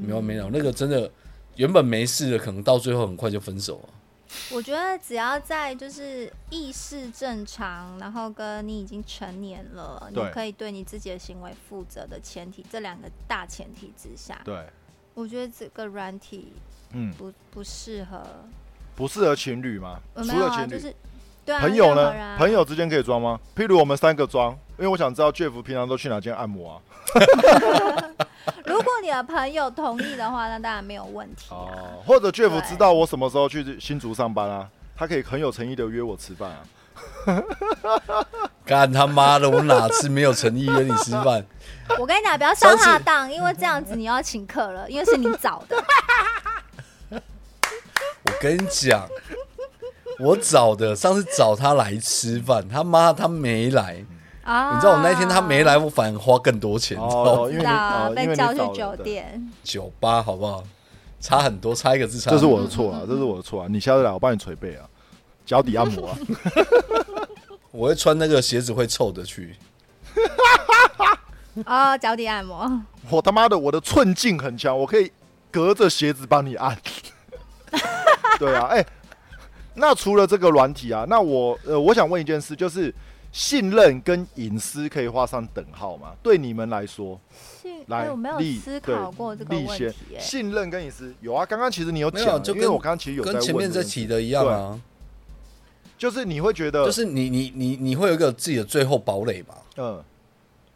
[SPEAKER 1] 没完没了，那个真的原本没事的，可能到最后很快就分手了。
[SPEAKER 3] 我觉得只要在就是意识正常，然后跟你已经成年了，你
[SPEAKER 2] 对
[SPEAKER 3] 可以对你自己的行为负责的前提，这两个大前提之下，
[SPEAKER 2] 对，
[SPEAKER 3] 我觉得这个软体
[SPEAKER 2] 嗯，
[SPEAKER 3] 不不适合。
[SPEAKER 2] 不适合情侣吗？
[SPEAKER 3] 呃没
[SPEAKER 2] 除
[SPEAKER 3] 有
[SPEAKER 2] 了
[SPEAKER 3] 啊，
[SPEAKER 2] 情
[SPEAKER 3] 就
[SPEAKER 2] 侣，
[SPEAKER 3] 是对啊，
[SPEAKER 2] 朋友
[SPEAKER 3] 任
[SPEAKER 2] 呢
[SPEAKER 3] 何人啊？
[SPEAKER 2] 朋友之间可以装吗？譬如我们三个装，因为我想知道 Jeff 平常都去哪间按摩啊？
[SPEAKER 3] 如果你的朋友同意的话，那当然没有问题啊。
[SPEAKER 2] 哦，或者 Jeff
[SPEAKER 3] 对
[SPEAKER 2] 知道我什么时候去新竹上班啊？他可以很有诚意的约我吃饭啊。
[SPEAKER 1] 干他妈的，我哪次没有诚意约你吃饭？
[SPEAKER 3] 我跟你讲，不要上他
[SPEAKER 1] 上
[SPEAKER 3] 的当，因为这样子你要请客了，因为是你找 的。
[SPEAKER 1] 我跟你讲，我找的上次找他来吃饭，他妈他没来。
[SPEAKER 3] 啊，
[SPEAKER 1] 你知道我那天他没来，我反而花更多钱，你知道
[SPEAKER 2] 哦
[SPEAKER 1] 吗？
[SPEAKER 2] 因为
[SPEAKER 3] 知
[SPEAKER 2] 你
[SPEAKER 3] 道
[SPEAKER 2] 哦，因为
[SPEAKER 3] 被
[SPEAKER 2] 你
[SPEAKER 3] 叫去
[SPEAKER 2] 找了
[SPEAKER 3] 酒
[SPEAKER 2] 对
[SPEAKER 3] 店。
[SPEAKER 1] 酒吧好不好？差很多，差一个字差。
[SPEAKER 2] 这是我的。错啊，这是我的错啊！你下次来，我帮你捶背啊，脚底按摩啊。
[SPEAKER 1] 我会穿那个鞋子会臭的去。
[SPEAKER 3] 哦，脚底按摩，
[SPEAKER 2] 我他妈的，我的寸劲很强，我可以隔着鞋子帮你按。 对啊，哎、那除了这个软体啊，那我呃，我想问一件事，就是信任跟隐私可以画上等号吗？对你们来说，
[SPEAKER 3] 信
[SPEAKER 2] 来，
[SPEAKER 3] 哎我没有
[SPEAKER 2] 立
[SPEAKER 3] 思考过这个
[SPEAKER 2] 对立
[SPEAKER 3] 问
[SPEAKER 2] 先
[SPEAKER 3] 题、哎
[SPEAKER 2] 信任跟隐私有啊，刚刚其实你有
[SPEAKER 1] 没
[SPEAKER 2] 讲
[SPEAKER 1] 有
[SPEAKER 2] 了，
[SPEAKER 1] 就
[SPEAKER 2] 因为
[SPEAKER 1] 跟
[SPEAKER 2] 我刚刚其实有在
[SPEAKER 1] 跟前
[SPEAKER 2] 问
[SPEAKER 1] 面在
[SPEAKER 2] 这件
[SPEAKER 1] 提
[SPEAKER 2] 事，
[SPEAKER 1] 的一样啊，
[SPEAKER 2] 就是你会觉得，
[SPEAKER 1] 就是你你你你会有一个自己的最后堡垒嘛？
[SPEAKER 2] 嗯，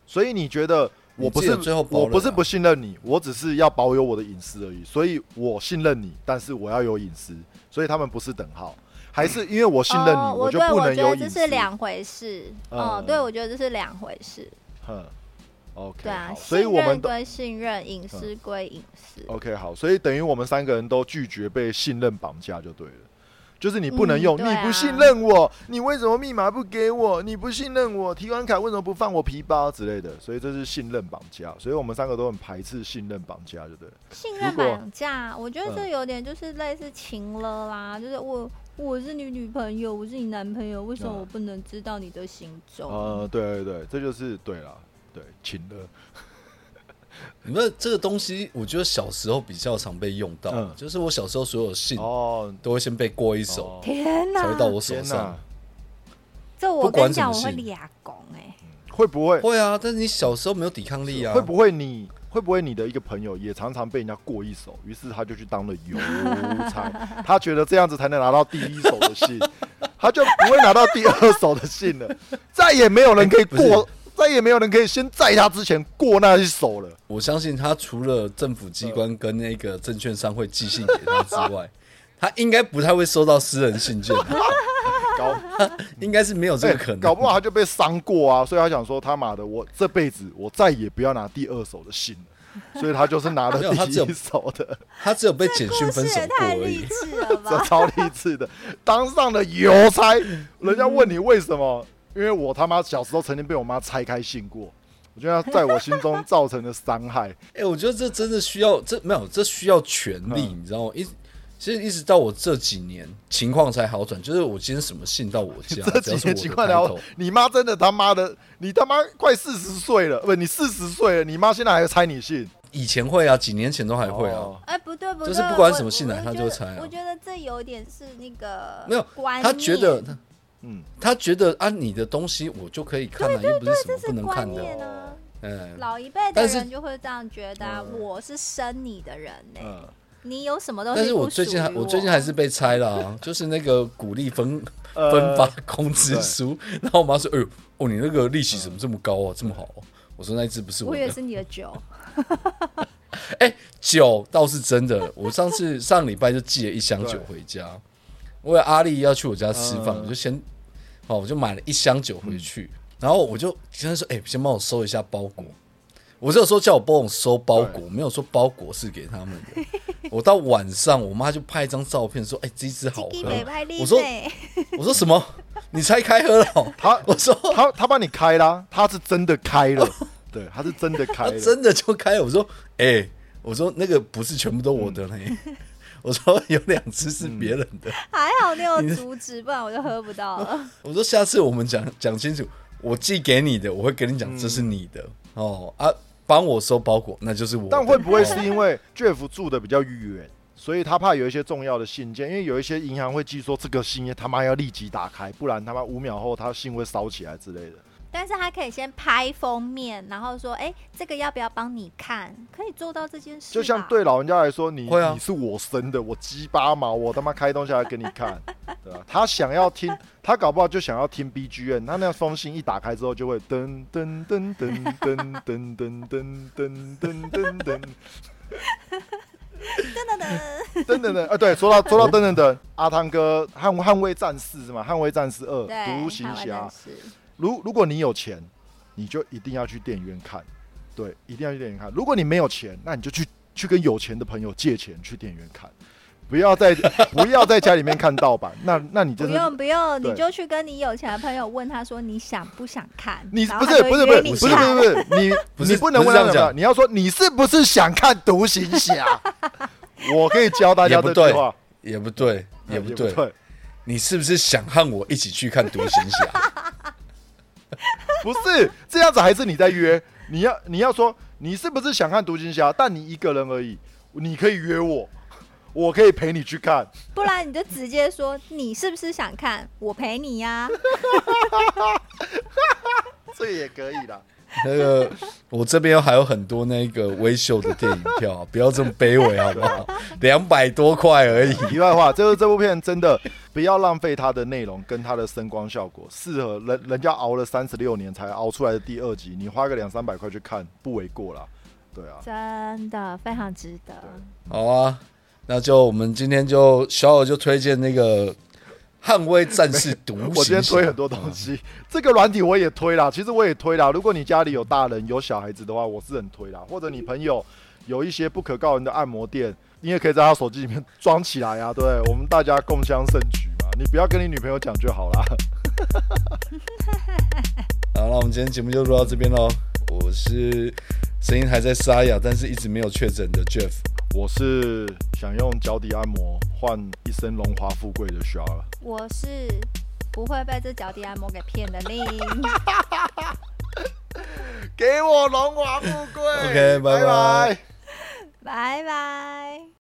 [SPEAKER 2] 所以你觉得我不
[SPEAKER 1] 你
[SPEAKER 2] 是
[SPEAKER 1] 自己最后保
[SPEAKER 2] 我
[SPEAKER 1] 留啊
[SPEAKER 2] 不是不信任你，我只是要保有我的隐私而已。所以我信任你，但是我要有隐私，所以他们不是等号，还是因为我信任你，
[SPEAKER 3] 哦、我
[SPEAKER 2] 就
[SPEAKER 3] 对
[SPEAKER 2] 不能
[SPEAKER 3] 我觉
[SPEAKER 2] 有
[SPEAKER 3] 得
[SPEAKER 2] 隐
[SPEAKER 3] 这
[SPEAKER 2] 私？
[SPEAKER 3] 是两回事。哦、
[SPEAKER 2] 嗯
[SPEAKER 3] 对，我觉得这是两回事。
[SPEAKER 2] 哼，OK，
[SPEAKER 3] 对啊
[SPEAKER 2] 好，所
[SPEAKER 3] 信
[SPEAKER 2] 以
[SPEAKER 3] 任
[SPEAKER 2] 我们都
[SPEAKER 3] 归信任，隐私归隐私。
[SPEAKER 2] OK 好，所以等于我们三个人都拒绝被信任绑架就对了。就是你不能用，
[SPEAKER 3] 嗯对啊
[SPEAKER 2] 你不信任我，你为什么密码不给我？你不信任我，提款卡为什么不放我皮包之类的？所以这是信任绑架，所以我们三个都很排斥信任绑架，就对了。
[SPEAKER 3] 信
[SPEAKER 2] 如
[SPEAKER 3] 任
[SPEAKER 2] 果
[SPEAKER 3] 绑架，我
[SPEAKER 1] 嗯
[SPEAKER 3] 觉得这有点就是类似情了啦，就是我我是你女朋友，我是你男朋友，为什么
[SPEAKER 2] 嗯
[SPEAKER 3] 我不能知道你的行踪？
[SPEAKER 1] 哦
[SPEAKER 2] 呃，对对对，这就是对了，对，请了，
[SPEAKER 1] 你们这个东西，我觉得小时候比较常被用到，
[SPEAKER 2] 嗯
[SPEAKER 1] 就是我小时候所有信
[SPEAKER 2] 哦，
[SPEAKER 1] 都会先被过一嗯手，
[SPEAKER 2] 哦
[SPEAKER 3] 天
[SPEAKER 1] 才
[SPEAKER 3] 哪
[SPEAKER 1] 会，到我手
[SPEAKER 2] 天
[SPEAKER 1] 上
[SPEAKER 2] 哪。，
[SPEAKER 3] 这我
[SPEAKER 1] 不
[SPEAKER 3] 跟
[SPEAKER 1] 管
[SPEAKER 3] 你
[SPEAKER 1] 怎
[SPEAKER 3] 讲，
[SPEAKER 1] 么
[SPEAKER 3] 我会
[SPEAKER 1] 信
[SPEAKER 3] 俩拱哎，
[SPEAKER 2] 会不会
[SPEAKER 1] 会啊，但是你小时候没有抵抗力啊，
[SPEAKER 2] 会不会你会不会你的一个朋友也常常被人家过一手，于是他就去当了邮 差，他觉得这样子才能拿到第一手的信，他就不会拿到第二手的 信了，再也没有人可以
[SPEAKER 1] 哎不是
[SPEAKER 2] 过，再也没有人可以先在他之前过那一手了。
[SPEAKER 1] 我相信他除了政府机
[SPEAKER 2] 嗯
[SPEAKER 1] 关跟那个证券商会寄信给他之外， 他应该不太会收到私人信件，
[SPEAKER 2] 搞
[SPEAKER 1] 应该是没有这个
[SPEAKER 2] 哎
[SPEAKER 1] 可能。
[SPEAKER 2] 搞不好他就被伤过啊，所以他想说他妈的，我这辈子我再也不要拿第二手的信了。所以他就是拿了
[SPEAKER 1] 没有他
[SPEAKER 2] 第
[SPEAKER 1] 只有
[SPEAKER 2] 一手的，
[SPEAKER 1] 他只有被简讯
[SPEAKER 3] 故
[SPEAKER 1] 分
[SPEAKER 3] 事
[SPEAKER 1] 手
[SPEAKER 3] 也
[SPEAKER 1] 过
[SPEAKER 3] 太
[SPEAKER 1] 而
[SPEAKER 3] 励
[SPEAKER 1] 已。
[SPEAKER 3] 志了
[SPEAKER 2] 这
[SPEAKER 3] 吧？
[SPEAKER 2] 超励志的，当上了邮差。人家问你为什么？因为我他妈小时候曾经被我妈拆开信过，我觉得他在我心中造成的 伤害。
[SPEAKER 1] 哎、我觉得这真的需要，这没有，这需要权力，
[SPEAKER 2] 嗯
[SPEAKER 1] 你知道吗？一其实一直到我这几年情况才好转，就是我今天什么信到我家，
[SPEAKER 2] 这
[SPEAKER 1] 只
[SPEAKER 2] 几
[SPEAKER 1] 要是啊我的
[SPEAKER 2] 年情况
[SPEAKER 1] 开
[SPEAKER 2] 了
[SPEAKER 1] 头，，
[SPEAKER 2] 你妈真的他妈的，你他妈快四十岁了，不，你四十岁了，你妈现在还拆你信？
[SPEAKER 1] 以前会啊，几年前都还会啊。
[SPEAKER 2] 哦
[SPEAKER 3] 哎，不对不对，
[SPEAKER 1] 就是不管
[SPEAKER 3] 我
[SPEAKER 1] 什么信来
[SPEAKER 3] 我
[SPEAKER 1] 他
[SPEAKER 3] 觉
[SPEAKER 1] 就
[SPEAKER 3] 得
[SPEAKER 1] 拆啊
[SPEAKER 3] 我觉得这有点是那个
[SPEAKER 1] 没有
[SPEAKER 3] 观，
[SPEAKER 1] 他觉得
[SPEAKER 3] 念
[SPEAKER 1] 他，
[SPEAKER 2] 嗯
[SPEAKER 1] 嗯，他觉得啊，你的东西我就可以看了、啊又不是什么
[SPEAKER 3] 这
[SPEAKER 1] 不
[SPEAKER 3] 是
[SPEAKER 1] 能
[SPEAKER 3] 观
[SPEAKER 1] 看的，
[SPEAKER 3] 念啊。
[SPEAKER 1] 嗯，
[SPEAKER 3] 老一辈的
[SPEAKER 1] 但是
[SPEAKER 3] 人就会这样觉得啊，
[SPEAKER 2] 嗯
[SPEAKER 3] 我是生你的人呢、
[SPEAKER 2] 嗯，
[SPEAKER 3] 你有什么东西？
[SPEAKER 1] 但是我最近还，我最近还是被拆了、啊，就是那个鼓励分
[SPEAKER 2] 呃
[SPEAKER 1] 分发工资书， 然后我妈说，哎呦，哦，你那个利息怎么这么高啊，这么好哦、我说那一只不是我
[SPEAKER 3] 我以为
[SPEAKER 1] 的，
[SPEAKER 3] 是你的酒，
[SPEAKER 1] 哎、酒倒是真的，我上次上礼拜就寄了一箱酒回家，为了阿丽要去我家吃饭，
[SPEAKER 2] 嗯
[SPEAKER 1] 我就先，哦，我就买了一箱酒回去，然后我就跟她说，哎、先帮我收一下包裹。我只有说叫我帮我收包裹，
[SPEAKER 2] 对
[SPEAKER 1] 没有说包裹是给他们的。我到晚上，我妈就拍一张照片说：“哎、这一支好
[SPEAKER 3] 鸡
[SPEAKER 1] 喝。
[SPEAKER 3] 北派”利
[SPEAKER 1] 我说：“
[SPEAKER 3] 内，
[SPEAKER 1] 我说什么？你才开喝了哦、
[SPEAKER 2] 他
[SPEAKER 1] 我说
[SPEAKER 2] 他他帮你开啦，他是真的开了，对，他是真的开
[SPEAKER 1] 他
[SPEAKER 2] 了，
[SPEAKER 1] 真的就开了。我说，哎、我说那个不是全部都我的呢。我说有两只是别人的。
[SPEAKER 3] 还好你有阻止，不然我就喝不 到了。
[SPEAKER 1] 我说下次我们讲讲清楚，我寄给你的，我会跟你讲这是你的、哦啊，帮我收包裹，那就是我的。
[SPEAKER 2] 但会不会是
[SPEAKER 1] 哦
[SPEAKER 2] 因为 Jeff 住的比较远，所以他怕有一些重要的信件，因为有一些银行会寄说这个信他妈要立即打开，不然他妈五秒后他信会烧起来之类的。
[SPEAKER 3] 但是他可以先拍封面，然后说：“哎、这个要不要帮你看？”可以做到这件事吧。
[SPEAKER 2] 就像对老人家来说，你、
[SPEAKER 1] 会啊
[SPEAKER 2] 你是我生的，我鸡巴毛，我他妈开东西来给你看，对吧、他想要听，他搞不好就想要听 B G M，他那封信一打开之后就会噔噔噔噔噔噔噔噔噔噔噔噔。
[SPEAKER 3] 噔噔噔，
[SPEAKER 2] 噔噔噔，啊，对，说到说到噔噔噔，阿汤哥捍捍卫战士是吗？捍卫战士二，
[SPEAKER 3] 对，
[SPEAKER 2] 独行
[SPEAKER 3] 台湾
[SPEAKER 2] 侠
[SPEAKER 3] 人。是
[SPEAKER 2] 如如果你有钱，你就一定要去电影院看，对，一定要去电影院看。如果你没有钱，那你就去去跟有钱的朋友借钱去电影院看，不要在 不要在家里面看盗版。那那你
[SPEAKER 3] 不
[SPEAKER 2] 真的
[SPEAKER 3] 用不用，
[SPEAKER 2] 对
[SPEAKER 3] 你就去跟你有钱的朋友问他说你想不想看，
[SPEAKER 2] 你
[SPEAKER 3] 然
[SPEAKER 2] 不
[SPEAKER 3] 后
[SPEAKER 2] 是
[SPEAKER 3] 他
[SPEAKER 2] 不
[SPEAKER 3] 就会
[SPEAKER 2] 是不是
[SPEAKER 3] 约你
[SPEAKER 2] 不是
[SPEAKER 3] 看
[SPEAKER 2] 不是不是你
[SPEAKER 1] 不
[SPEAKER 2] 你
[SPEAKER 1] 是
[SPEAKER 2] 不能
[SPEAKER 1] 不
[SPEAKER 2] 问
[SPEAKER 1] 是这样
[SPEAKER 2] 他什么，
[SPEAKER 1] 讲
[SPEAKER 2] 你要说你是不是想看独行侠？ 我可以教大家
[SPEAKER 1] 也不
[SPEAKER 2] 这句
[SPEAKER 1] 对
[SPEAKER 2] 话，哎
[SPEAKER 1] 也不对，也不对，
[SPEAKER 2] 嗯对，
[SPEAKER 1] 你是不是想和我一起去看《独行侠》？
[SPEAKER 2] 不是这样子，还是你在约？你要你要说你是不是想看独行侠？但你一个人而已，你可以约我， 我可以陪你去看。
[SPEAKER 3] 不然你就直接说你是不是想看，我陪你呀、
[SPEAKER 2] 这也可以啦。
[SPEAKER 1] 那个，我这边还有很多那个微秀的电影票、啊不要这么卑微好不好？两百多块而已。
[SPEAKER 2] 题外话，就是这部片真的不要浪费它的内容跟它的声光效果，适合人人家熬了三十六年才熬出来的第二集，你花个两三百块去看不为过啦。对啊，
[SPEAKER 3] 真的非常值得。
[SPEAKER 1] 好啊，那就我们今天就小友就推荐那个《捍卫战士独行侠》。
[SPEAKER 2] 我今天推很多东西，这个软体我也推啦，其实我也推啦。如果你家里有大人有小孩子的话，我是很推啦。或者你朋友有一些不可告人的按摩店，你也可以在他手机里面装起来啊，对不 对，我们大家共襄盛举嘛。你不要跟你女朋友讲就好啦。
[SPEAKER 1] 好，那我们今天节目就录到这边喽。我是声音还在沙哑，但是一直没有确诊的 Jeff。
[SPEAKER 2] 我是想用脚底按摩换一身荣华富贵的 s h
[SPEAKER 3] 我是不会被这脚底按摩给骗的令。
[SPEAKER 2] 给我荣华富贵
[SPEAKER 1] OK，拜拜
[SPEAKER 2] 拜
[SPEAKER 3] 拜拜。